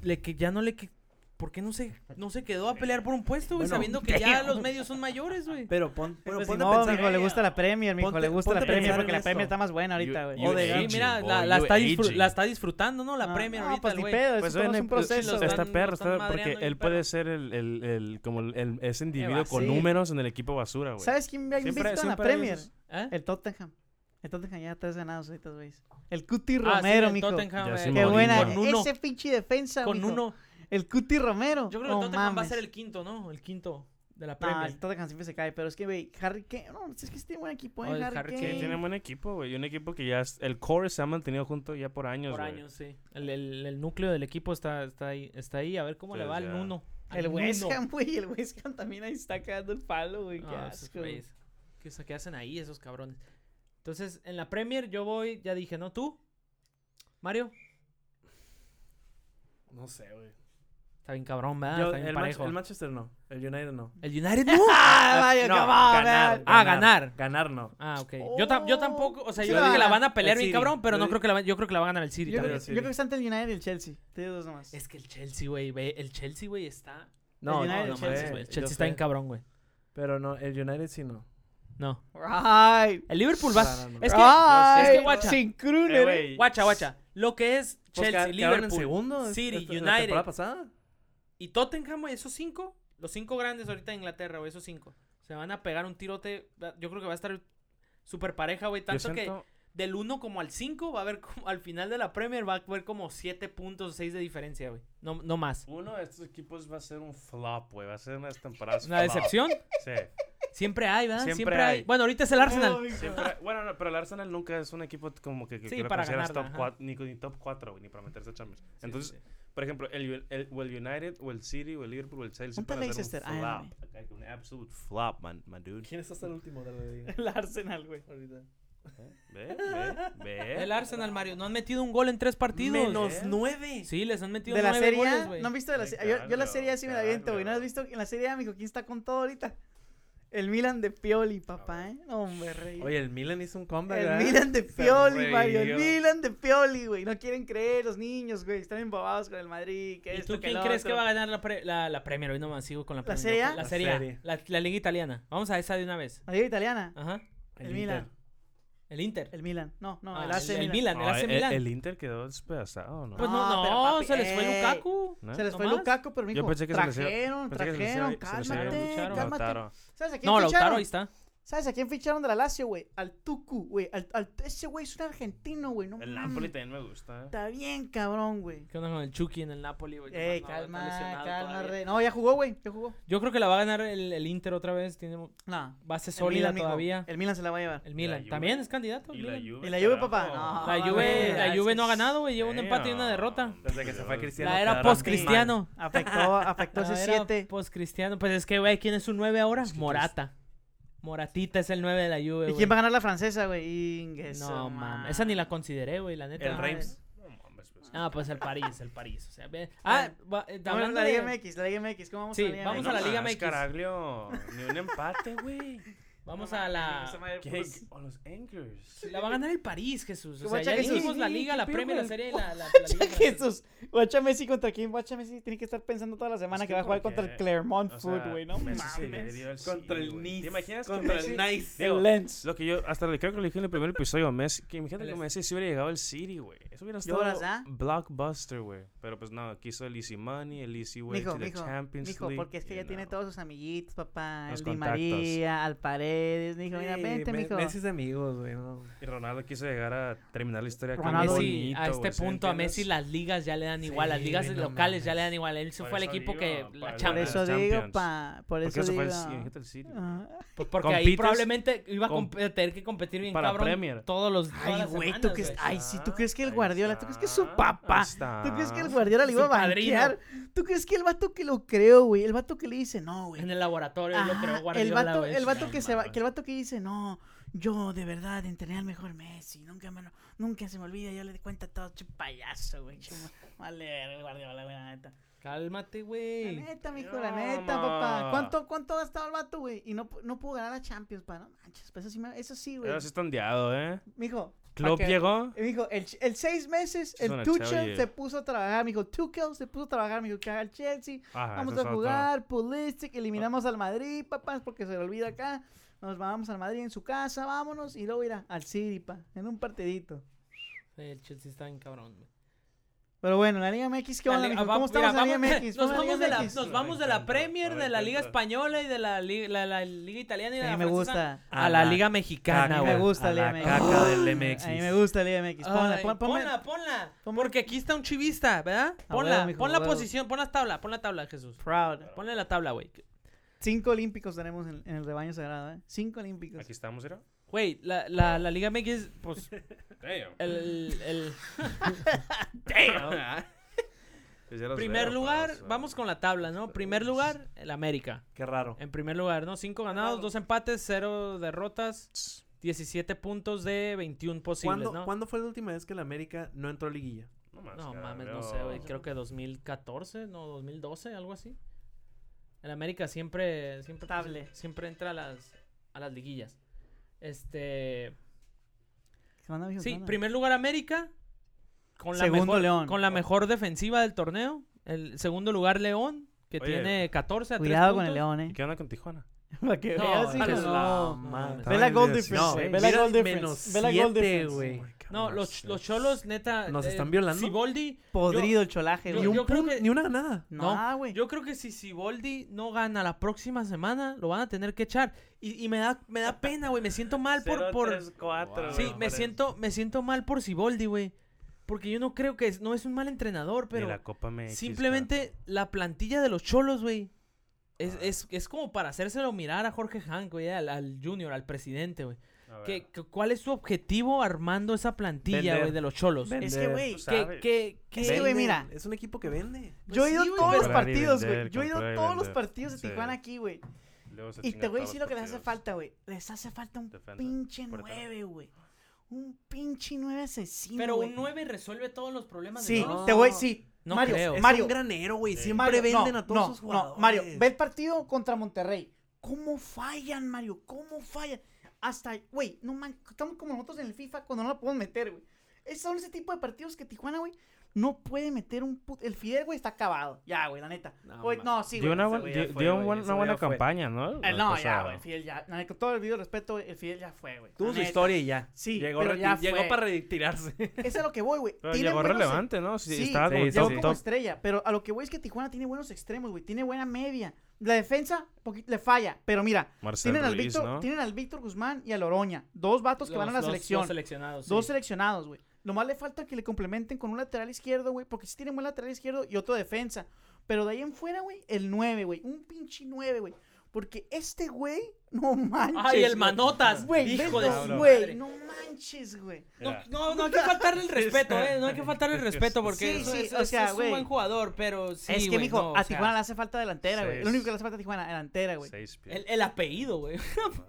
B: le que ya no le que- ¿Por qué no se, no se quedó a pelear por un puesto, güey?
C: Bueno,
B: sabiendo que ya los medios son mayores, güey.
C: Pero pon, pero
E: Pues
C: ponte
E: no,
C: a pensar-
E: mijo, le gusta la Premier, mijo,
C: Ponte-
E: le gusta la
C: ponte a
E: Premier
C: pensar en
E: porque la
C: esto.
E: Premier está más buena ahorita,
D: You-
E: güey.
D: you
B: O de,
D: aging,
B: sí, mira,
D: boy,
B: la, la
D: you
B: está disfru-
D: aging.
B: la está disfrutando, ¿no? La
E: No,
B: Premier
E: no,
B: ahorita,
E: pues
B: el
E: ni
B: güey.
E: pedo,
D: Pues
E: eso todo
D: bueno,
E: es un
D: pues, sí,
E: proceso.
B: los
D: Está
B: están-
D: perro,
B: lo
D: está-
B: están
D: porque
B: madreando bien
D: él puede
B: perro.
D: ser el, el, el- como el- el- ese individuo con
E: sí.
D: números en el equipo basura, güey.
E: ¿Sabes quién me ha
D: Siempre-
E: invitado en la
D: siempre hay
E: Premier?
D: esos.
B: ¿Eh?
E: El Tottenham. El Tottenham ya tres ganados ahorita, güey. El Cuti
B: Ah, sí,
E: Romero,
B: el
E: mijo.
B: Tottenham,
D: Ya
B: eh,
D: sí,
E: Qué
D: Mourinho.
E: buena.
B: Con uno.
E: Ese pinche defensa,
B: Con
E: mijo.
B: uno.
E: El Cuti Romero.
B: Yo creo que el
E: No
B: Tottenham va a
E: mames.
B: ser el quinto, ¿no? El quinto de la
E: No,
B: Premier.
E: el Tottenham siempre se cae, pero es que, güey, Harry Kane. No, es que este buen equipo,
B: Oh,
E: ¿eh?
B: el
E: Harry
B: Harry
E: Kane.
B: Kane
D: Sí, tiene buen equipo, güey. Y un equipo que ya es- el core se ha mantenido junto ya por años,
B: Por
D: güey.
B: años, sí. El, el- el núcleo del equipo está, está ahí. Está ahí. A ver cómo le va
D: Entonces,
B: al
D: ya.
B: Nuno. Al
E: El West
B: Nuno.
E: Ham, güey. El West Ham también ahí está cagando el palo, güey. Qué
B: No, esos
E: asco. güey.
B: güeyes. ¿Qué, sa- qué hacen ahí esos cabrones? Entonces, en la Premier yo voy, ya dije, ¿no? ¿Tú? ¿Mario?
C: No sé, güey.
B: Está bien cabrón, ¿verdad?
C: Yo-
B: Ah, Está bien
C: el,
B: parejo.
C: Manch- el Manchester no. El United no.
B: ¿El United no?
E: ¡Ah, Mario,
C: No,
E: come on,
C: ganar,
E: man!
B: Ah, ganar.
C: Ganar no.
B: Ah, ok. Yo, tam- yo tampoco, o sea,
E: Oh. Sí
B: yo
E: la
B: creo que la
E: gana.
B: van a pelear
C: El
B: bien
C: City.
B: cabrón, pero
C: Yo
B: no
C: di-
B: creo que la van- yo creo que la va a ganar el City
E: Yo creo,
B: también.
E: que, yo creo que está entre el United y el Chelsea. Te digo dos nomás.
B: Es que el Chelsea, güey, ve, el Chelsea, güey, está
C: No,
E: El
C: no,
E: United,
C: no,
E: el
C: hombre,
E: Chelsea,
B: güey, el
C: yo
B: Chelsea está
C: sé.
B: bien cabrón, güey.
C: Pero no, el United sí no.
B: No.
E: Right.
B: El Liverpool va
C: No,
E: Eh,
C: no, no.
B: Es que
E: right.
B: es que guacha.
E: Sin
D: Eh,
E: Kruner.
D: güey,
B: guacha, guacha. Lo que es
C: Pues
B: Chelsea,
C: queda- quedaron en
B: Liverpool
C: segundo.
B: City,
C: esta- la
B: United.
C: temporada pasada?
B: y Tottenham, güey, esos cinco, los cinco grandes ahorita de Inglaterra, güey, esos cinco. Se van a pegar un tirote, va- yo creo que va a estar súper pareja, güey,
D: yo
B: tanto que
D: siento-
B: del 1 como al 5 va a haber como al final de la Premier va a haber como 7 puntos o 6 de diferencia, güey. No, no más.
D: Uno de estos equipos va a ser un flop, güey. Va a ser una temporada.
B: Una decepción.
D: Sí.
B: Siempre hay, ¿verdad? Siempre,
D: Pues Siempre
B: hay.
D: hay.
B: Bueno, ahorita es el Arsenal.
D: Siempre- bueno, no, pero el Arsenal nunca es un equipo como que, que
B: Sí,
D: que lo
B: para
D: consideras
B: ganarla,
D: top
B: ajá.
D: 4, ni, ni top 4, güey, ni para meterse a Champions. Entonces, por ejemplo, el, U- el- o el United, o el City, o el Liverpool, o el Chelsea
E: Ponte
D: pueden hacer
E: Leicester,
D: un
E: ah,
D: flop. acá, que Un absolute flop, man, my dude.
C: ¿Quién es hasta el último de la liga?
E: El Arsenal, güey.
C: Ahorita.
D: Ve, ve, ve.
B: El Arsenal, Mario, no han metido un gol en tres partidos.
D: ¿Eh?
C: nueve.
B: Sí, les han metido
E: De la
B: nueve
E: serie
B: goles,
E: A,
B: güey.
E: ¿no han visto de la
D: Sí,
E: serie? Yo, yo la
D: claro,
E: serie A sí me la aviento, güey. ¿No has
D: claro.
E: visto en la serie A, mijo? ¿Quién está con todo ahorita? El Milan de Pioli, papá, ¿eh? No, hombre, rey.
C: Oye, el Milan hizo un comeback.
E: el
C: ¿verdad?
E: Milan de
C: Se
E: Pioli, Mario. El
C: revivió.
E: Milan de Pioli, güey. No quieren creer los niños, güey. Están embobados con el Madrid. Que
B: ¿Y
E: esto,
B: tú
E: que
B: quién
E: lo
B: crees que
E: otro.
B: va a ganar la, pre- la, la Premier? Hoy nomás sigo con la
E: ¿La
B: Premier.
E: Serie A?
B: no, La
C: La
B: Serie A.
C: Serie.
B: La, la Liga Italiana. Vamos a esa de una vez.
E: La Liga italiana.
B: Ajá.
E: El Milan.
B: El Inter.
E: El Milan. No, no,
B: Ah,
E: el AC
B: el, el Milan.
E: Milan.
B: El
D: No,
B: AC
D: el,
B: Milan.
D: el Inter quedó despedazado, ¿no?
B: Pues no,
E: No, pero
B: no,
E: papi, eh,
B: se les fue
E: ey.
B: Lukaku.
D: ¿No?
E: Se les fue
B: ¿Nomás?
E: Lukaku, pero mijo,
D: Yo pensé que se les iba-
E: trajeron,
D: pensé que se les
E: trajeron,
D: iba- se les iba a
E: cálmate,
B: luchar,
E: cálmate.
D: Lautaro.
E: ¿Sabes a quién
B: No,
E: ficharon?
B: Lautaro ahí está.
E: ¿Sabes a quién ficharon de la Lazio, güey? Al Tucu, güey. Al, al- ese güey es un argentino, güey. No
D: El
E: mames.
D: Napoli también me gusta. ¿eh?
E: Está bien, cabrón, güey.
B: ¿Qué onda con el Chucky en el Napoli, güey?
E: Ey,
B: No, no, está
E: Eh, calma,
B: lesionado
E: calma,
B: todavía.
E: rey. No, ya jugó, güey. Ya jugó.
B: Yo creo que la va a ganar el, el Inter otra vez. Tiene
E: No.
B: base
E: El
B: sólida
E: Milan, mijo.
B: todavía.
E: El Milan se la va a llevar.
B: El
D: la
B: Milan.
D: Juve.
B: También es candidato. el
D: Y la
B: Milan?
D: Juve.
E: ¿Y la Juve,
D: carajo.
E: papá? No.
B: La
E: Ah,
B: Juve,
E: güey,
B: la
E: es
B: Juve
E: que
B: no ha
E: es-
B: ganado, güey. Lleva un
D: Damn.
B: empate y una derrota.
C: Desde que se fue Cristiano.
B: La era
C: quedaron
B: post-cristiano.
E: Afectó, afectó ese 7.
B: Pues Cristiano, pues es que, güey, ¿quién es un 9 ahora?
D: Es que
B: Morata. Moratita es el 9 de la Juve,
E: ¿Y
B: güey.
E: quién va a ganar la francesa, güey? Ingues.
B: No, mames. Esa ni la consideré, güey, la neta.
C: El
E: Ah,
C: Reims.
D: No mames, pues.
B: Ah, pues el París, el París. O sea, ve- Ah, va- eh,
E: Bueno,
B: hablando
E: la Liga
B: de-
E: MX, la Liga MX. ¿Cómo vamos
B: Sí,
E: a la Liga
B: vamos
E: MX?
B: a la
D: No
B: Liga
D: más,
B: MX.
D: Caraglio. Ni un empate, güey.
B: Vamos
E: No
B: a
E: mames, esa
B: la...
E: madre,
D: ¿Qué-
E: pues,
D: O los Anchors.
B: La va a ganar el París, Jesús. O sea,
E: Guacha,
B: ya
E: Jesús.
B: dijimos la
E: Sí,
B: Liga,
E: qué
B: la
E: pedo,
B: Premier, la
E: güey.
B: Serie y la... la, la
E: Ya
B: Liga francesa.
E: Jesús, guacha Messi contra quién, guacha Messi tiene que estar pensando toda la semana
D: Es
E: que
D: que
E: va a jugar
D: ¿por
E: contra
D: qué?
E: el Clermont
D: O
E: Food,
D: sea,
E: güey, no
D: Messi se le
E: mames.
D: dio el
C: Contra
D: sí,
C: el
D: güey.
C: Nice.
D: ¿Te imaginas que
C: Contra
D: Messi-
C: el Nice.
D: Digo,
E: El Lens.
D: Lo que yo, hasta le creo que lo dije en el primer episodio, Messi, que imagínate
B: El
D: que
B: es-
D: Messi si hubiera llegado al City, güey. Eso hubiera estado
E: Lloras, ¿ah?
D: blockbuster, güey. Pero pues no, quiso el Easy Money, el Easy Way
E: Mijo,
D: to the
E: mijo,
D: Champions
E: mijo,
D: League.
E: porque es que
D: you
E: ya tiene
D: know.
E: todos sus amiguitos, papá.
D: Los
E: el Di
D: contactos.
E: María, al Paredes, mijo, mira,
C: Sí,
E: vente,
C: Me-
E: mijo.
C: Messi es de amigos, güey. no.
D: Y Ronaldo quiso llegar a terminar la historia con
E: Ronaldo.
B: Messi, a este punto, a Messi las ligas ya le dan igual, las
C: Sí,
B: ligas
C: güey, no
B: locales ya
C: mames.
B: le dan igual. Él se
D: Por
B: fue al
D: eso
B: equipo
D: digo,
B: que
D: para
B: la
D: la
E: Por
B: Champions.
E: eso digo,
D: Champions.
E: pa, por
D: Porque
E: eso
D: eso fue el,
E: digo. Ah,
D: sí, imagínate el City. güey.
E: Ajá.
B: Pues porque ahí
D: Compites
B: probablemente iba a
D: con-
B: comp- tener que competir bien
D: para
B: cabrón
D: Premier.
B: todos los todas
E: Ay,
B: las
E: güey, tú
B: semanas,
E: crees,
B: güey.
E: ay, sí, tú crees que el
D: Ah, Ahí
E: Guardiola, tú crees que es su
D: está,
E: papá.
D: ahí está.
E: ¿Tú crees que el Guardiola le
B: Su
E: iba a
B: padrino.
E: banquear? ¿Tú crees que el vato que lo creó, güey? El vato que le dice, no, güey.
B: En el laboratorio él lo
E: Ajá,
B: creó
E: el
B: Guardiola,
E: vato,
B: güey.
E: el vato
D: no
E: que se va,
D: mames.
E: que el vato que dice, no, yo de verdad entrené al mejor Messi, nunca me lo- nunca se me olvida, yo le di cuenta a todo, che payaso, güey. che ma- Vale, verga, Guardiola, güey, la neta.
B: Cálmate,
E: La
B: güey.
E: neta, mijo,
D: No,
E: la neta,
D: ma.
E: papá. ¿Cuánto, cuánto ha gastado el vato, güey? Y no, pu- no pudo ganar la Champions, pa, no manches, pa, eso sí, pues me- eso sí, güey.
D: Pero sí está ondeado, ¿eh?
E: Mijo,
D: Klopp
E: que-
D: llegó.
E: Y Me dijo, el, ch- el seis meses,
D: Es
E: el
D: una
E: Tuchel
D: Chelsea.
E: se puso a trabajar. Me dijo, Tuchel se puso a trabajar. Me dijo, que haga el Chelsea.
D: Ah,
E: Vamos
D: eso
E: a
D: es otro.
E: jugar, Pulisic, eliminamos
B: Ah.
E: al Madrid, papás, porque se le olvida acá. Nos vamos al Madrid en su casa, vámonos. Y luego irá al City, pa, en un partidito.
B: Sí, el Chelsea está en cabrón, güey.
E: Pero bueno, la Liga MX, ¿qué onda,
B: Dale, ah,
E: mijo?
B: va-
E: ¿Cómo
B: mira,
E: estamos en la Liga
B: vamos-
E: MX?
B: Nos
E: ¿Cómo en
B: vamos de la,
E: Liga MX?
B: nos
D: No
B: vamos
D: me
B: de la
D: encanta,
B: Premier,
D: no
B: de
D: me
B: la Liga
D: encanta.
B: Española y de la, li- la, la Liga Italiana y de
E: A
B: la
E: mí me
B: francesa
E: gusta.
B: A la Liga Mexicana,
E: A mí
B: güey.
E: me gusta
C: a
E: la
C: la
E: Liga MX.
C: caca del MX.
E: A mí me gusta la Liga MX. Ponla,
B: Ay,
E: pon- ponme-
B: ponla, ponla.
E: ponme-
B: Porque aquí está un chivista, ¿verdad?
E: A
B: Ponla,
E: huevo, mijo,
B: pon
E: a
B: la
E: huevo.
B: posición, pon la tabla, pon la tabla, Jesús.
E: Proud.
B: Ponle la tabla, güey.
E: Cinco olímpicos tenemos en, en el rebaño sagrado, ¿eh? Cinco olímpicos.
D: Aquí estamos, ¿era?
B: Güey, la, la, la Liga MX, pues,
D: Damn.
B: el, el
E: Ah.
D: Pues ya los
B: primer
D: veo,
B: lugar,
D: pausa.
B: vamos con la tabla, ¿no? Primer lugar, el América.
C: Qué raro.
B: En primer lugar, ¿no? Cinco ganados, dos empates, cero derrotas, 17 puntos de 21 posibles,
C: ¿Cuándo,
B: ¿no?
C: cuándo fue la última vez que la América no entró a liguilla?
D: No, más,
B: No
D: cara,
B: mames, no
D: Pues veo-
B: sé, güey. Creo que 2014, no, 2012, algo así. El América siempre, siempre, pues,
E: Estable.
B: siempre entra a las, a las liguillas. Este,
E: ¿Qué onda, mijo? ¿Qué
B: sí,
E: onda?
B: primer lugar América con la
E: Segundo,
B: mejor,
E: León.
B: con la mejor defensiva del torneo. El segundo lugar León que
D: Oye,
B: tiene 14 a tres
E: Cuidado con
B: puntos.
E: el León,
D: ¿Y
E: ¿eh?
D: qué onda con Tijuana?
E: Para que
B: No,
E: veas, hijo,
B: a la
E: Ah,
C: Pues
E: no.
B: madre.
E: Ve la goal difference,
C: No,
E: güey.
C: güey.
E: Ve la
C: Mira,
E: goal
C: menos
E: difference. Ve la goal
C: siete,
E: difference.
C: güey.
B: No, los, los cholos neta eh,
C: ¿Nos están violando?
B: Siboldi,
E: Podrido el cholaje,
B: yo-
E: güey.
C: Ni un
B: yo creo
C: pun-
B: que-
C: ni una ganada.
B: No,
E: No, güey.
B: Yo creo que si Siboldi no gana la próxima semana, lo van a tener que echar. Y, y me da me da pena, güey. Me siento mal por, por Sí, me siento me siento mal por Siboldi, güey. Porque yo no creo que es- no es un mal entrenador,
D: Pero
B: pero
D: la Copa MX,
B: simplemente la plantilla de los cholos, güey. Es, es, es como para hacérselo mirar a Jorge Hank, güey, al, al Junior, al presidente, güey.
D: cara. A ver.
B: ¿Qué- qué- ¿Cuál es su objetivo armando esa plantilla,
C: Vender.
B: güey, de los cholos?
C: Vender.
E: Es que, güey,
D: Tú
B: Que,
D: sabes.
B: que, que-
E: Es que, güey,
C: Venden.
E: mira.
C: Es un equipo que vende.
E: Yo
B: Pues
E: he
B: sí,
E: ido a
B: güey, pero-
E: todos los
D: Comprar y
E: partidos, güey.
D: vender,
E: Yo he ido a
D: comprar y
E: todos los
D: vender.
E: partidos de
D: Sí.
E: Tijuana aquí, güey.
D: Luego se
E: Y
D: chinga
E: te voy a
D: todos
E: decir
D: los
E: lo que les hace
D: partidos.
E: falta, güey. Les hace falta un
D: Defensa.
E: pinche
D: Portero.
E: nueve, güey. Un pinche nueve asesino.
B: pero
E: güey.
B: un 9 resuelve todos los problemas de
E: Sí,
B: Cholos.
E: te voy, sí.
B: No
E: Mario,
B: creo.
C: Es
E: Mario.
C: un granero, güey.
D: Sí.
C: Siempre
E: Mario,
C: venden
E: no,
C: a todos
E: no,
C: sus jugadores.
E: No, Mario, ve el partido contra Monterrey. ¿Cómo fallan, Mario? ¿Cómo fallan? Hasta, güey, no man, estamos como nosotros en el FIFA cuando no la podemos meter, güey. Esos son ese tipo de partidos que Tijuana, güey, no puede meter un put... El Fidel, güey, está acabado. Ya, güey, la neta.
B: Ah,
C: No,
E: Güey,
C: man.
E: no, sí,
D: Dio
E: güey.
D: una,
C: ese
D: buen-
C: güey ya
D: dio,
C: fue,
D: dio
C: güey,
D: un buen-
C: ese
D: una
C: güey
D: buena
C: ya fue.
D: campaña, ¿no?
E: Eh,
D: La
E: no, ya,
D: pasada.
E: güey, el Fidel ya. la neta, Con todo el video respeto, el Fidel ya fue, güey.
C: Tuvo
E: La
C: su
E: neta.
C: historia y ya.
E: Sí,
C: llegó,
E: pero
C: reti-
E: ya
C: llegó
E: fue.
C: para retirarse.
E: Es a lo que voy, güey.
D: Pero
E: Tiene
D: llegó
E: buenos-
D: relevante, ¿no? Sí,
E: Sí,
D: estaba como
C: sí,
E: Llegó
D: top,
E: como
D: top.
E: estrella, pero a lo que voy es que Tijuana tiene buenos extremos, güey. Tiene buena media. La defensa poqui- le falla, pero mira,
D: Marcel
E: tienen, al
D: Ruiz,
E: Víctor,
D: ¿no?
E: tienen al Víctor Guzmán y a Loroña. Dos vatos que van a la
B: Los- los-
E: selección.
B: Los
E: Dos,
B: seleccionados. sí.
E: seleccionados, güey. Nomás le falta que le complementen con un lateral izquierdo, güey. Porque sí tienen buen lateral izquierdo y otro defensa. Pero de ahí en fuera, güey, el 9, güey. Un pinche 9, güey. Porque este güey, no manches.
B: Ay, el
E: güey.
B: manotas.
E: Güey,
B: hijo de
E: neta,
B: su
E: güey.
B: madre.
E: No manches, güey.
B: No,
D: Ya.
B: no, no hay que faltarle el respeto, ¿eh? No hay que faltarle el respeto porque
E: Sí,
B: eso
E: sí,
B: es,
E: o
B: es-
E: sea,
B: es un
E: güey.
B: buen jugador, pero sí.
E: es que,
B: güey,
E: mijo,
B: no, o
E: a
B: sea,
E: Tijuana le hace falta delantera, güey. Lo
D: seis.
E: único que le hace falta a Tijuana, delantera, güey.
D: Seis pies.
B: el, el apellido, güey.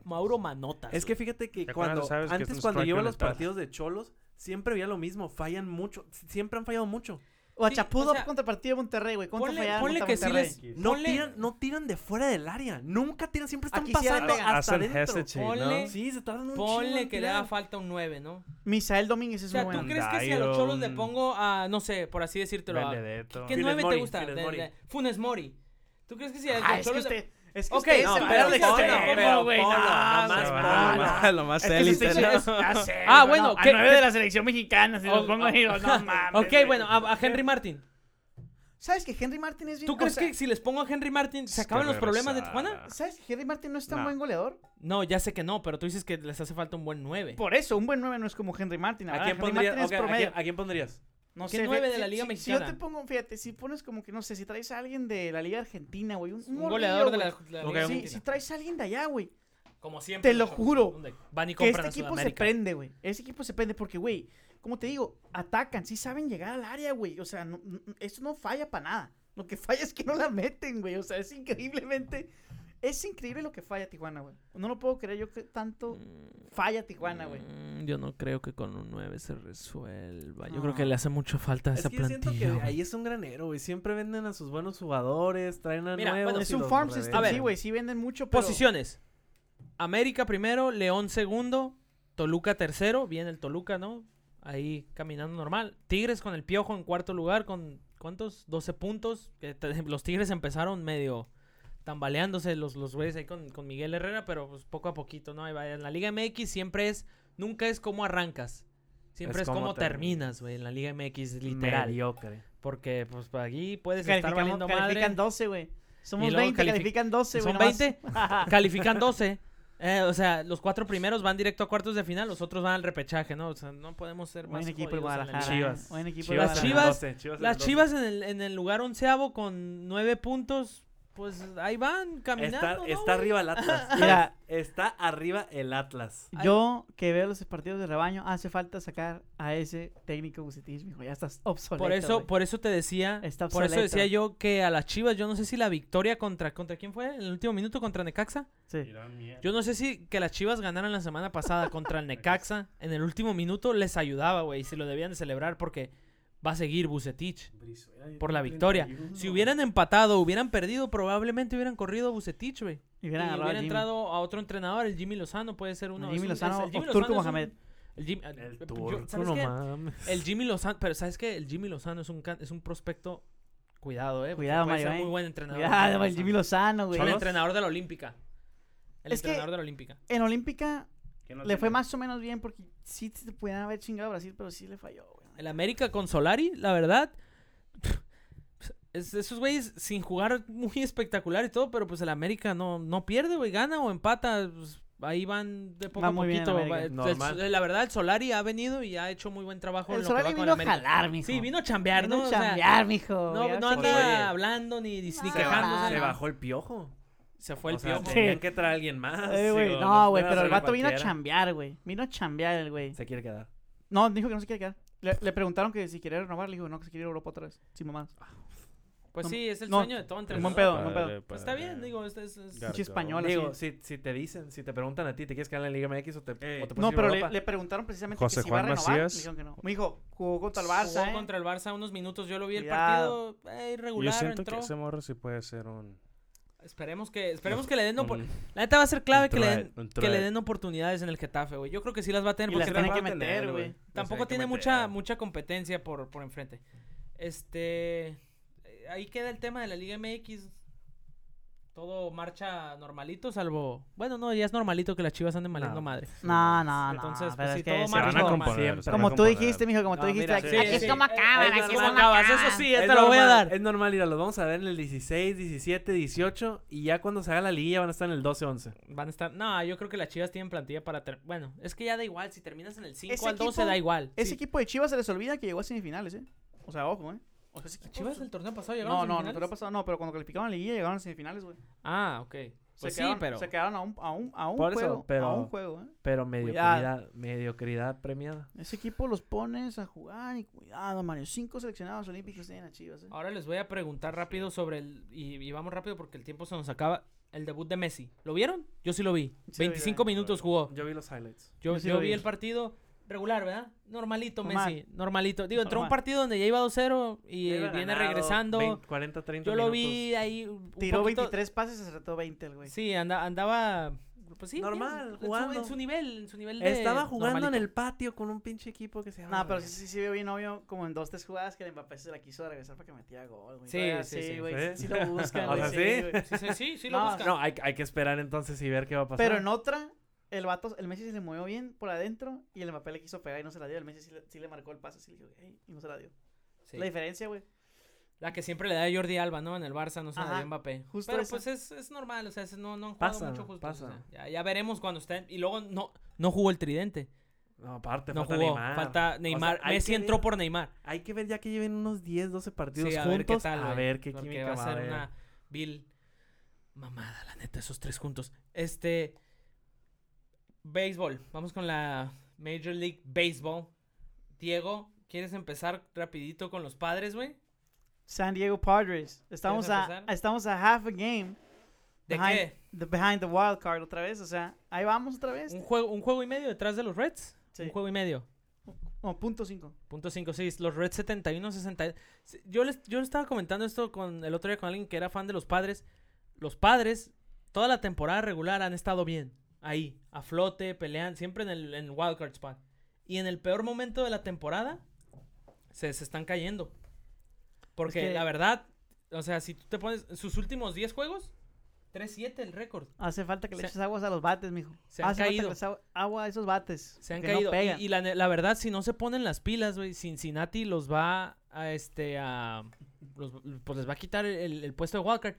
B: Mauro Manotas.
C: Es que
B: güey.
C: fíjate que
D: Ya con eso
C: cuando
D: sabes que es
C: antes
D: un
C: cuando
D: striker
C: yo iba a
D: letal.
C: los partidos de Cholos, siempre veía lo mismo, fallan mucho, s- siempre han fallado mucho.
E: O a
B: Sí,
E: Chapudo
B: o sea,
E: contra el partido de Monterrey, güey. ¿Cuánto
B: ponle-
E: fallaron
B: ponle
E: contra
B: que sí
E: Monterrey?
B: les-
C: No
B: Ponle-
C: tiran, no tiran de fuera del área, nunca tiran, siempre están
E: Aquí sí
C: pasando
E: hacen-
C: hasta
D: Hacen
C: adentro.
D: Hesity,
B: Ponle-
D: ¿no?
C: Sí, se tardan un chingo
B: Ponle
C: en
B: que le haga
C: tirar.
B: falta un 9, ¿no?
E: Misael Domínguez
B: O
E: es
B: sea,
E: muy
B: ¿tú
E: bueno.
B: crees que si a los
D: Dairo,
B: cholos le
D: un-
B: pongo a, no sé, por así decírtelo, a,
D: Benedetto.
B: ¿qué
C: Funes
B: 9 te
C: Mori,
B: gusta?
C: Funes
B: De-
C: Mori.
B: de- Funes Mori. ¿Tú crees que si a
E: Ah,
B: los
E: es que
B: cholos le-
E: usted... Es que
B: Ok,
E: ustedes
B: no,
E: se van
B: pero
E: al
B: es que
E: extremo,
B: ponlo, pero
E: güey.
B: ponlo,
E: Ah,
C: nomás
E: se
D: Se
E: van
D: va,
E: a
D: lo
E: la-
D: más- lo más
E: Es que
D: élite,
E: ustedes-
D: ¿no?
E: es- ya sé,
B: Ah,
E: güey,
B: bueno,
E: no, a
B: ¿qué-
E: nueve
B: qué-
E: de la selección mexicana, si
B: Oh,
E: los pongo
B: oh.
E: ahí, no mames.
B: Ok,
E: güey.
B: bueno, a, a Henry Martin.
E: ¿Sabes que Henry Martin es bien...
B: ¿Tú
E: o
B: crees
E: sea,
B: que si les pongo a Henry Martin se
D: Es que
B: acaban los problemas de
D: regresar.
B: Tijuana?
E: ¿Sabes que Henry Martin no es tan
D: No.
E: buen goleador?
B: No, ya sé que no, pero tú dices que les hace falta un buen 9.
E: Por eso, un buen 9 no es como Henry Martin. la
C: ¿A
E: verdad,
C: quién,
E: Henry
C: pondrías?
E: Martin es
C: Ok, ¿a quién-
E: promedio.
C: ¿A quién pondrías?
E: Ah, No
B: ¿Qué
E: sé,
B: nueve
E: fíjate,
B: de la
E: si-
B: Liga
E: si- Si yo
B: Mexicana?
E: te pongo, fíjate, si pones como que, no sé, si traes a alguien de la Liga Argentina, güey. Un,
B: Un
E: morrillo,
B: goleador de la,
E: güey.
B: la
D: Ok,
B: Liga
E: Sí,
B: Argentina.
E: si traes a alguien de allá, güey.
B: Como siempre.
E: Te lo
B: los Cholos,
E: juro
B: donde Van y
E: Que
B: compran
E: este
B: a
E: equipo se
B: Sudamérica.
E: prende, güey. Ese equipo se prende porque, güey, como te digo, atacan, sí saben llegar al área, güey. O sea, no- no- esto no falla para nada. Lo que falla es que no la meten, güey. O sea, es increíblemente. Es increíble lo que falla Tijuana, güey. No lo puedo creer yo que tanto falla Tijuana, güey.
B: Mm, Yo no creo que con un 9 se resuelva. Yo
E: No.
B: creo que le hace mucha falta a
C: Es
B: esa
C: que yo siento que
B: plantilla. güey.
C: ahí es un granero, güey. Siempre venden a sus buenos jugadores, traen a
B: Mira,
C: nuevos.
B: bueno,
C: y
E: Es un
C: los
E: farm
C: reventan.
B: ver,
E: system, Pues sí, güey. Sí venden mucho, pero.
B: Posiciones. América primero, León segundo, Toluca tercero, bien el Toluca, ¿no? Ahí caminando normal. Tigres con el Piojo en cuarto lugar con ¿cuántos? 12 puntos. Que te- Los Tigres empezaron medio tambaleándose los, los güeyes ahí con, con Miguel Herrera, pero pues poco a poquito, ¿no? Ahí va. En la Liga MX siempre es, nunca es como arrancas. Siempre
D: Es
B: es, como
D: cómo terminas.
B: terminas, güey, en la Liga MX literal.
C: Mediocre.
B: Porque pues pa' aquí puedes estar
E: Calificamos-
B: valiendo madre.
E: Califican 12, güey. Somos
B: luego
E: 20,
B: calific-
E: califican 12, güey.
B: ¿Son
E: nomás.
B: 20? Califican 12. Eh, o sea, los cuatro primeros van directo a cuartos de final, los otros van al repechaje, ¿no? O sea, no podemos ser más
E: Buen equipo
B: jodidos
E: el
B: en la
E: Guadalajara.
B: liga.
E: Chivas. Buen equipo
B: Las
E: el
B: Chivas-
E: Guadalajara.
B: Las Chivas en el, en el lugar onceavo con nueve puntos, pues ahí van caminando.
C: Está,
B: ¿no,
C: está
B: güey?
C: arriba el Atlas.
E: Mira.
C: Está arriba el Atlas.
B: Ay.
E: Yo que veo los partidos de rebaño, hace falta sacar a ese técnico Bucetich, mijo. Ya estás obsoleto.
B: Por eso,
E: güey.
B: por eso te decía,
E: Está
B: por eso
E: obsoleto.
B: decía yo que a las Chivas, yo no sé si la victoria contra, ¿contra quién fue? En el último minuto contra Necaxa.
E: Sí.
B: Yo no sé si que las Chivas ganaran la semana pasada contra el Necaxa en el último minuto les ayudaba, güey, y se lo debían de celebrar porque va a seguir Bucetich por la victoria. Si hubieran empatado, hubieran perdido, probablemente hubieran corrido Bucetich, güey.
E: Y
B: Y
E: hubieran
B: hubiera
E: agarrado a Jimmy.
B: entrado a otro entrenador, el Jimmy Lozano puede ser uno.
E: El
B: es
E: Jimmy
B: un- es-
E: Lozano
B: el Jimmy
E: o Turco
B: Lozano es un-
E: Mohamed.
B: el Jim-
C: El
B: yo-
C: turco,
B: ¿sabes
D: no
B: qué?
D: mames.
B: El Jimmy Lozano, pero ¿sabes qué? El Jimmy Lozano es un, can- es un prospecto, cuidado, eh. porque
E: Cuidado,
B: puede
E: Mario,
B: ser
E: eh.
B: muy buen entrenador.
E: Cuidado, el Jimmy Lozano, güey.
B: El entrenador de la Olímpica. El
E: Es que-
B: entrenador de la Olímpica.
E: En Olímpica le fue más o menos bien porque sí se pudieran haber chingado a Brasil, pero sí le falló, güey.
B: El América con Solari, la verdad. es- esos güeyes sin jugar muy espectacular y todo, pero pues el América no, no pierde, güey. Gana o empata. pues, ahí van de poco
E: Va
B: a
E: muy bien el
B: poquito.
E: América.
B: va- el-
C: Normal.
B: el- la verdad, el Solari ha venido y ha hecho muy buen trabajo en
E: El
B: lo que va
E: Solari
B: con
E: vino
B: el
E: a
B: América.
E: jalar, mijo.
B: Sí, vino a chambear,
E: Vino
B: ¿no?
E: a
B: O sea,
E: chambear, mijo. güey,
B: no,
E: a
B: no
E: ver si-
B: anda
C: Oye,
B: hablando ni, ni, ni
E: se
B: quejándose.
C: Se
E: Ah.
C: bajó el piojo.
B: Se fue el
C: O sea,
B: piojo.
C: Tenían que traer a alguien más.
E: Eh, güey,
C: digo,
E: No,
C: pueden
E: güey, pero el
C: hacerlo
E: vato vino a
C: cualquiera.
E: chambear, güey. Vino a chambear el güey.
C: Se quiere quedar.
E: No, dijo que no se quiere quedar. Le, le preguntaron que si quería renovar, le dijo que no, que se quiere ir a Europa otra vez. Sin mamás.
C: Ah,
B: Pues
E: No,
B: sí, es el
E: no,
B: sueño de todo entrenador.
E: buen pedo. no,
D: Padre,
B: Pues está
D: padre.
B: bien, digo, es- es- es-
D: Gar-
E: Pinche español, así.
C: Digo, si, si te dicen, si te preguntan a ti, ¿te quieres quedar en la Liga MX o te,
D: Ey.
C: o te puedes
E: No,
C: ir a
E: pero le,
C: Europa?
E: le preguntaron precisamente
D: José
E: que si iba a
D: Juan
E: renovar.
D: Macías.
E: Le dijeron que no. Me dijo, jugó contra el Barça.
B: Jugó
E: ¿eh?
B: contra el Barça unos minutos. Yo lo vi el
E: Cuidado.
B: partido eh,
D: Yo
B: irregular.
D: siento
B: entró.
D: que ese morro sí puede ser un.
B: Esperemos que, esperemos que le den
D: un-
B: opor- La neta va a ser clave
D: un
B: que le,
D: try-
B: den,
D: un
B: que le
D: try.
B: den oportunidades en el Getafe, güey. Yo creo que sí las va a tener
E: Y las
B: porque
E: tiene
B: tampoco,
E: que meter, güey.
B: tampoco
C: Las tienen
B: tiene
C: que ah.
B: mucha,
C: meter.
B: mucha competencia por, por enfrente. Este. eh, Ahí queda el tema de la Liga MX. Todo marcha normalito, salvo. Bueno, no, ya es normalito que las chivas anden valiendo
C: No.
B: madre.
E: No, no, no.
B: Entonces, pues,
E: pero
B: si
E: es que
B: todo
E: se
D: Se van
B: marcha
E: dijo,
D: a
B: normal.
D: componer. se van a
E: Como tú
D: componer.
E: dijiste, mijo, como tú
C: No,
E: dijiste.
C: mira,
E: aquí
C: sí,
E: aquí es
C: sí.
E: como
B: Eh,
E: acaban,
B: ahí
E: aquí es
B: las
E: como
B: acabas,
E: acaban.
B: Eso sí, ya
C: Es
B: te lo voy a
C: normal,
B: dar.
C: Es normal, mira, los vamos a ver en el 16, 17, 18 y ya cuando se haga la liguilla van a estar en el 12, 11.
B: Van a estar. No, yo creo que las chivas tienen plantilla para. ter- Bueno, es que ya da igual. Si terminas en el 5
E: Ese
B: al 12,
E: equipo-
B: da igual.
E: Ese
B: Sí.
E: equipo de Chivas se les olvida que llegó a semifinales, ¿eh? O sea, ojo, ¿eh? O sea, ese equipo-
B: Chivas el torneo pasado llegaron
E: No,
B: a
E: no, no,
B: semifinales?
E: te lo he pasado. No, pero cuando calificaron a la liguilla llegaron a semifinales, güey.
B: Ah, ok. Pues
E: se
B: sí,
E: quedaron,
B: pero.
E: Se quedaron a un, a un, a un
C: Por eso,
E: juego. A
C: pero-
E: un juego, ¿eh?
C: Pero
B: ah.
E: Cuidado.
C: mediocridad, mediocridad premiada.
E: Ese equipo los pones a jugar y cuidado, Mario. Cinco seleccionados olímpicos tienen a Chivas, ¿eh?
B: Ahora les voy a preguntar rápido sobre el. Y, y vamos rápido porque el tiempo se nos acaba. El debut de Messi. ¿Lo vieron? Yo sí lo vi.
E: Sí,
B: 25 minutos jugó.
C: Yo vi los highlights.
B: Yo,
E: Yo sí
B: yo
E: lo
B: vi
E: vi.
B: el partido regular, ¿verdad? Normalito,
E: Normal.
B: Messi. Normalito. Digo, entró un
E: Normal.
B: partido donde ya iba 2-0 y
C: Iba
B: viene
C: ganado,
B: regresando.
C: 20, 40, 30
B: yo lo
C: minutos.
B: vi ahí. un
E: Tiró
B: poquito-
E: 23 pases y acertó 20 el güey.
B: Sí, anda- andaba. Pues sí,
C: Normal,
B: bien, en su- En
C: jugando.
B: su, nivel, en su nivel de.
C: Estaba jugando en
B: normalito.
C: el patio con un pinche equipo que se llama.
E: No, pero sí, sí, sí veo bien obvio como en dos, tres jugadas que el Mbappé se la quiso regresar para que metiera gol, güey.
B: Sí,
E: Todavía
B: sí, sí.
E: güey.
C: Sí.
E: Sí, lo buscan,
C: O
E: güey.
C: sea, sí.
E: güey.
B: Sí, sí, sí, sí lo
E: No,
B: busca.
C: No, hay, hay que esperar entonces y ver qué va a pasar.
E: Pero en otra, el vato, el Messi se le movió bien por adentro y el Mbappé le quiso pegar y no se la dio. El Messi sí le, sí le marcó el pase sí le dijo, "Ey", y no se la dio.
B: Sí.
E: La diferencia, güey.
B: La que siempre le da Jordi Alba, ¿no? En el Barça, no se la
E: Ajá,
B: dio Mbappé.
E: justo
B: Pero
E: esa.
B: pues es, es normal, o sea, es- no, no han jugado
C: Pasa,
B: mucho juntos.
C: pasa.
B: o sea, ya, ya veremos cuando estén. Y luego no, no jugó el tridente.
C: No, aparte,
B: no
C: falta
B: jugó.
C: Neymar.
B: Falta Neymar.
C: hay
B: Messi
C: que
B: entró
C: ver-
B: por Neymar.
C: Hay que ver ya que lleven unos 10, 12 partidos
B: Sí, a
C: juntos.
B: ver qué tal.
C: a
B: güey,
C: ver qué
B: porque
C: química
B: va a ser
C: haber.
B: una vil mamada, la neta, esos tres juntos. Este. Béisbol. Vamos con la Major League Baseball. Diego, ¿quieres empezar rapidito con los padres, güey?
E: San Diego Padres. Estamos a,
B: empezar?
E: estamos a half a game.
B: ¿De
E: behind,
B: qué?
E: the- behind the wild card otra vez. O sea, ahí vamos otra
C: Este
E: vez.
B: Un juego, un juego y medio detrás de los Reds.
E: Sí.
B: Un juego y medio.
E: No, punto cinco.
B: Punto 56. Los Reds 71, 60. Sí, Yo les, yo les estaba comentando esto con el otro día con alguien que era fan de los padres. Los padres, toda la temporada regular han estado bien. ahí, a flote, pelean, siempre en el, en el wildcard spot. Y en el peor momento de la temporada, se, se están cayendo. Porque
E: Es que-
B: la verdad, o sea, si tú te pones sus últimos 10 juegos, 3-7 el récord.
E: Hace falta que le
B: Se-
E: eches aguas a los bates, mijo.
B: se han
E: Hace falta que
B: caído.
E: les agua- agua a esos bates.
B: Se han
E: que
B: caído.
E: No
B: Y-
E: pegan.
B: y la, ne- la verdad, si no se ponen las pilas, güey, Cincinnati los va a este a. los- pues les va a quitar el, el- el puesto de Wildcard.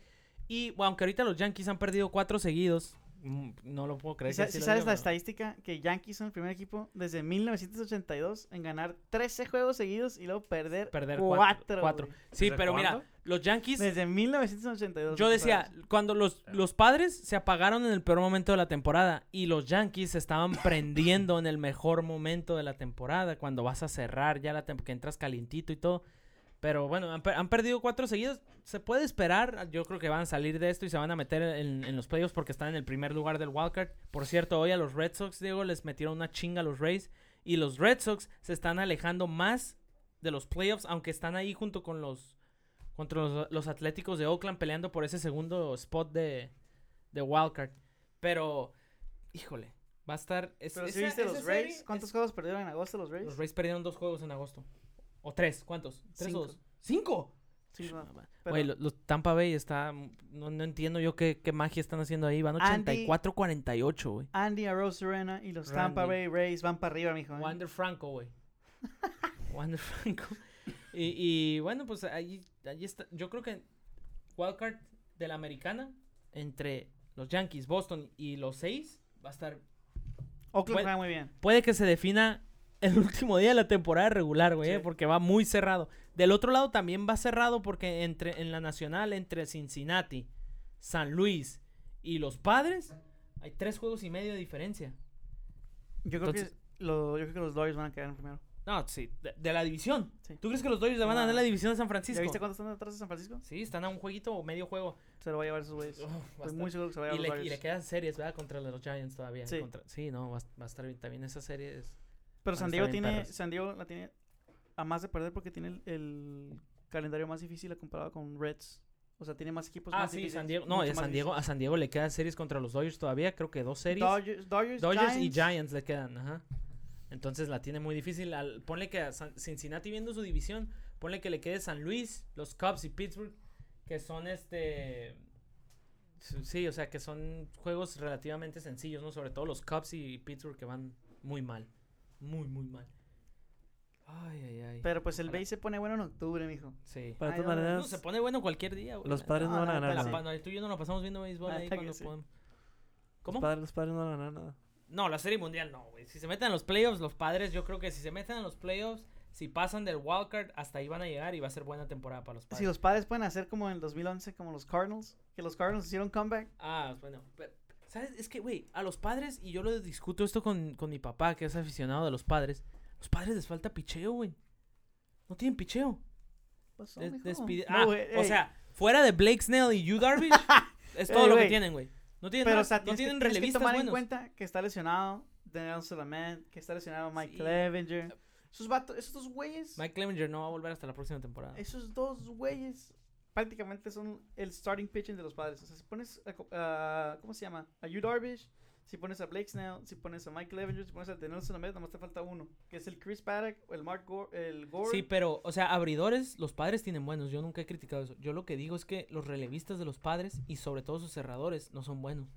B: Y bueno, aunque ahorita los Yankees han perdido cuatro seguidos. mm, No lo puedo creer.
E: ¿Y sa-
B: que
E: si
B: sí lo
E: sabes
B: diga,
E: la
B: pero-
E: estadística que Yankees son el primer equipo desde 1982 en ganar 13 juegos seguidos y luego perder,
B: Perder cuatro-
E: 4.
B: cuatro. Sí,
D: ¿Desde
B: pero mira,
D: cuándo?
B: los Yankees.
E: Desde 1982.
B: Yo
E: ¿no
B: decía,
E: sabes?
B: cuando los, los padres se apagaron en el peor momento de la temporada y los Yankees se estaban prendiendo en el mejor momento de la temporada, cuando vas a cerrar ya la temporada, que entras calientito y todo. Pero bueno, han, per- han perdido cuatro seguidos. Se puede esperar. Yo creo que van a salir de esto y se van a meter en, en los playoffs porque están en el primer lugar del wildcard. Por cierto, hoy a los Red Sox, Diego, les metieron una chinga a los Rays. Y los Red Sox se están alejando más de los playoffs, aunque están ahí junto con los contra los, los Atléticos de Oakland peleando por ese segundo spot de, de wildcard. Pero, híjole, va a estar. es-
E: Pero si
B: esa-
E: viste
B: esa
E: los
B: serie
E: Rays,
B: es-
E: ¿cuántos juegos perdieron en agosto los Rays?
B: los Rays perdieron dos juegos en agosto. ¿O tres? ¿Cuántos? ¿Tres
E: Cinco.
B: o dos? ¿Cinco?
E: Sí, no. Pero-
B: Güey, lo- los Tampa Bay está. No, no entiendo yo qué, qué magia están haciendo ahí. Van
E: Andy-
B: 84-48, güey.
E: Andy Arrow Serena y los Tampa
B: Randy.
E: Bay Rays van para arriba, mijo. ¿eh?
B: Wander Franco, güey. Wander Franco. Y, y, bueno, pues ahí, ahí está. Yo creo que Wildcard de la americana entre los Yankees, Boston y los seis va a estar.
E: Oakland
B: Bueno.
E: juega muy bien.
B: Puede que se defina el último día de la temporada regular, güey,
E: Sí.
B: eh, porque va muy cerrado. Del otro lado también va cerrado porque entre, en la nacional, entre Cincinnati, San Luis y los padres, hay tres juegos y medio de diferencia.
E: Yo creo,
B: Entonces-
E: que, lo- yo creo que los Dodgers van a quedar en primero.
B: No, sí, de, de la división.
E: Sí.
B: ¿Tú crees que los Dodgers le van a ganar la
E: Ah.
B: división de San Francisco?
E: ¿Ya viste cuántos están atrás de San Francisco?
B: Sí, están a un jueguito o medio juego.
E: Se lo va a llevar esos güeyes.
B: Uf, va a
E: Estoy
B: estar-
E: muy seguro que se lo va a
B: Oh, y,
E: llevar los
B: le, y
E: Dodgers.
B: le quedan series, ¿verdad? Contra los Giants todavía.
E: Sí.
B: contra- sí no, va, a- va a estar bien. También esa serie es... Van
E: Pero
B: a
E: San
B: estar
E: Diego
B: bien
E: tiene,
B: perros.
E: San Diego la tiene a más de perder porque tiene el, el calendario más difícil comparado con Reds. O sea, tiene más equipipos
B: ah,
E: más
B: sí,
E: difíciles,
B: San Diego. No,
E: mucho
B: y a
E: más
B: San Diego, a
E: difíciles.
B: San Diego le quedan series contra los Dodgers todavía. Creo que dos series.
E: Dodgers, Dodgers,
B: Dodgers y
E: Giants.
B: Giants le quedan, ajá. Entonces la tiene muy difícil. Al- ponle que a San- Cincinnati viendo su división, ponle que le quede San Luis, los Cubs y Pittsburgh, que son este... s- Sí, o sea, que son juegos relativamente sencillos, ¿no? Sobre todo los Cubs y Pittsburgh que van muy mal. Muy, muy mal. Ay, ay, ay.
E: Pero pues el
B: Ojalá.
E: base se pone bueno en octubre, mijo.
B: Sí.
D: Pero de todas
E: Ay, no, no,
B: No,
D: maneras,
B: se pone bueno cualquier día, güey.
D: los
B: La-
D: padres no,
E: No,
D: van a
E: no,
D: ganar
E: pero
B: la
E: sí.
D: nada.
B: pa- no, tú y yo no nos pasamos viendo béisbol
E: La
B: ahí
E: neta que
B: cuando
E: sí.
B: podemos.
D: Los
B: ¿Cómo?
D: padres, los padres no van a ganar nada.
B: No, la Serie Mundial no, güey. Si se meten a los playoffs, los padres, yo creo que si se meten a los playoffs, si pasan del wildcard, hasta ahí van a llegar y va a ser buena temporada para los padres.
E: Si los padres pueden hacer como en el 2011, como los Cardinals, que los Cardinals hicieron comeback.
B: Ah, bueno. pe- ¿Sabes? Es que, güey, a los padres, y yo lo discuto esto con, con mi papá, que es aficionado de los padres, los padres les falta picheo, güey. No tienen picheo.
E: Pasó,
B: Des-
E: mijo.
B: despide-
E: No, eh,
B: ah,
E: güey,
B: o
E: ey,
B: sea, fuera de Blake Snell y Yu Darvish, es todo
E: Ey,
B: lo que
E: güey.
B: tienen, güey. No tienen,
E: pero
B: nada-
E: o sea,
B: no
E: tienes que-
B: tienen
E: tienes que,
B: relevistas
E: tomar en
B: buenos.
E: cuenta que está lesionado Daniel Solomon, que está lesionado Mike
B: Sí.
E: Clevenger. Esos vatos, esos dos güeyes.
B: Mike Clevenger no va a volver hasta la próxima temporada.
E: Esos dos güeyes prácticamente son el starting pitching de los padres. O sea, si pones a, co- a- ¿cómo se llama? A Yu Darvish, si pones a Blake Snell, si pones a Mike Clevenger, si pones a Daniel Sonomet, nomás te falta uno, que es el Chris Paddock o el Mark Gore, el Gore.
B: Sí, pero, o sea, abridores, los padres tienen buenos. Yo nunca he criticado eso. Yo lo que digo es que los relevistas de los padres y sobre todo sus cerradores no son buenos.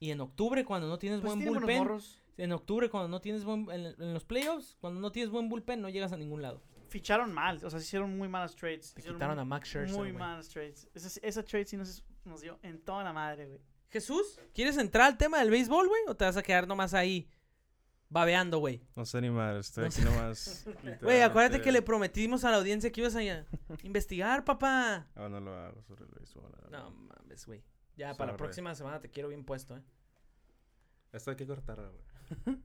B: Y en octubre, cuando no tienes
E: Pues
B: buen
E: tiene buenos
B: bullpen,
E: morros.
B: en octubre, cuando no tienes buen. En, en los playoffs, cuando no tienes buen bullpen, no llegas a ningún lado.
E: Ficharon mal, o sea, se hicieron muy malas trades.
B: Te
E: hicieron
B: quitaron a
E: muy,
B: Max Scherzer.
E: Muy
B: güey.
E: malas trades. Esa, esa trade sí nos, nos dio en toda la madre, güey.
B: Jesús, ¿quieres entrar al tema del béisbol, güey? ¿O te vas a quedar nomás ahí babeando, güey?
D: No sé ni madre, estoy
B: No
D: aquí nomás.
B: Güey, acuérdate que le
D: literalmente-
B: prometimos a la audiencia que ibas a investigar, papá.
D: Ah, no lo hago sobre el béisbol. la verdad.
B: No mames, güey. Ya, para la
D: Sorry.
B: próxima semana te quiero bien puesto, ¿eh?
D: Esto hay que cortarlo, güey.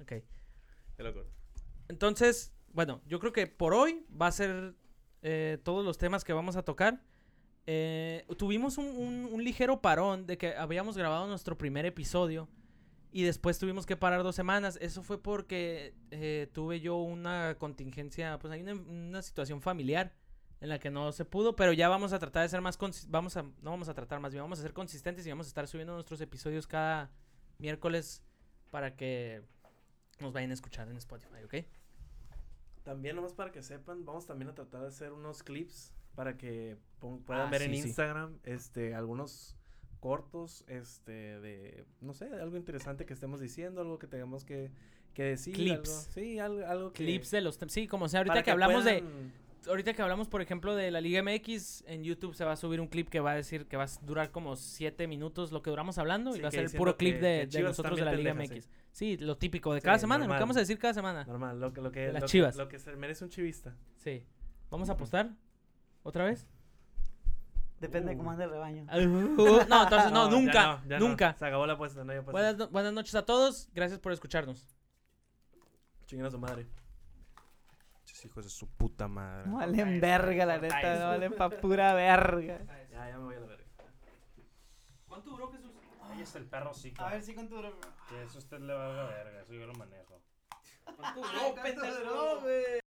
B: Ok.
D: Ya lo corto.
B: Entonces, bueno, yo creo que por hoy va a ser eh, todos los temas que vamos a tocar. Eh, tuvimos un, un- un ligero parón de que habíamos grabado nuestro primer episodio y después tuvimos que parar dos semanas. Eso fue porque eh, tuve yo una contingencia, pues hay una, una situación familiar en la que no se pudo, pero ya vamos a tratar de ser más consi- vamos a no vamos a tratar más bien, vamos a ser consistentes y vamos a estar subiendo nuestros episodios cada miércoles para que nos vayan a escuchar en Spotify, ¿ok?
C: También, nomás para que sepan, vamos también a tratar de hacer unos clips para que pon- puedan
B: Ah,
C: ver en
D: sí, sí.
C: Instagram este algunos cortos este de no sé de algo interesante que estemos diciendo algo que tengamos que, que decir algo-
B: Clips.
C: sí algo, algo que-
B: Clips de los tem- sí, como sea ahorita
C: para
B: que, hablamos de
C: puedan-
B: ahorita que hablamos por ejemplo de la Liga MX en YouTube se va a subir un clip que va a decir que va a durar como 7 minutos lo que duramos hablando y
C: Sí,
B: va a
C: que
B: ser el
C: diciendo
B: puro clip
C: que-
B: de,
C: que
B: de
C: Chivas
B: nosotros de
C: también
B: la Liga
C: pendeja,
B: MX. Sí, lo típico de
C: Sí,
B: cada semana, lo
C: normal.
B: que vamos a decir cada semana.
C: normal lo, que- lo que
B: De las
C: lo que-
B: Chivas.
C: lo que se merece un chivista
B: Sí. ¿Vamos a apostar? ¿Otra vez?
E: Depende de cómo
C: Uh.
E: anda el rebaño.
B: Ah. no, entonces no,
C: ya
B: nunca,
C: no, Pues ya no.
B: nunca.
C: se acabó la apuesta no hay apuesta
B: Buenas, no- buenas noches a todos, gracias por escucharnos.
C: Chinguen a su madre
D: Chis hijos de su puta madre.
E: No valen verga, la neta. No valen pa' pura verga.
C: ya ya me voy a la verga
B: ¿Cuánto duró Jesús?
A: Ahí está el perro sí.
E: si con tu
A: Que eso a usted le valga verga, eso yo lo manejo.
B: ¿Cuánto
E: duró, güey?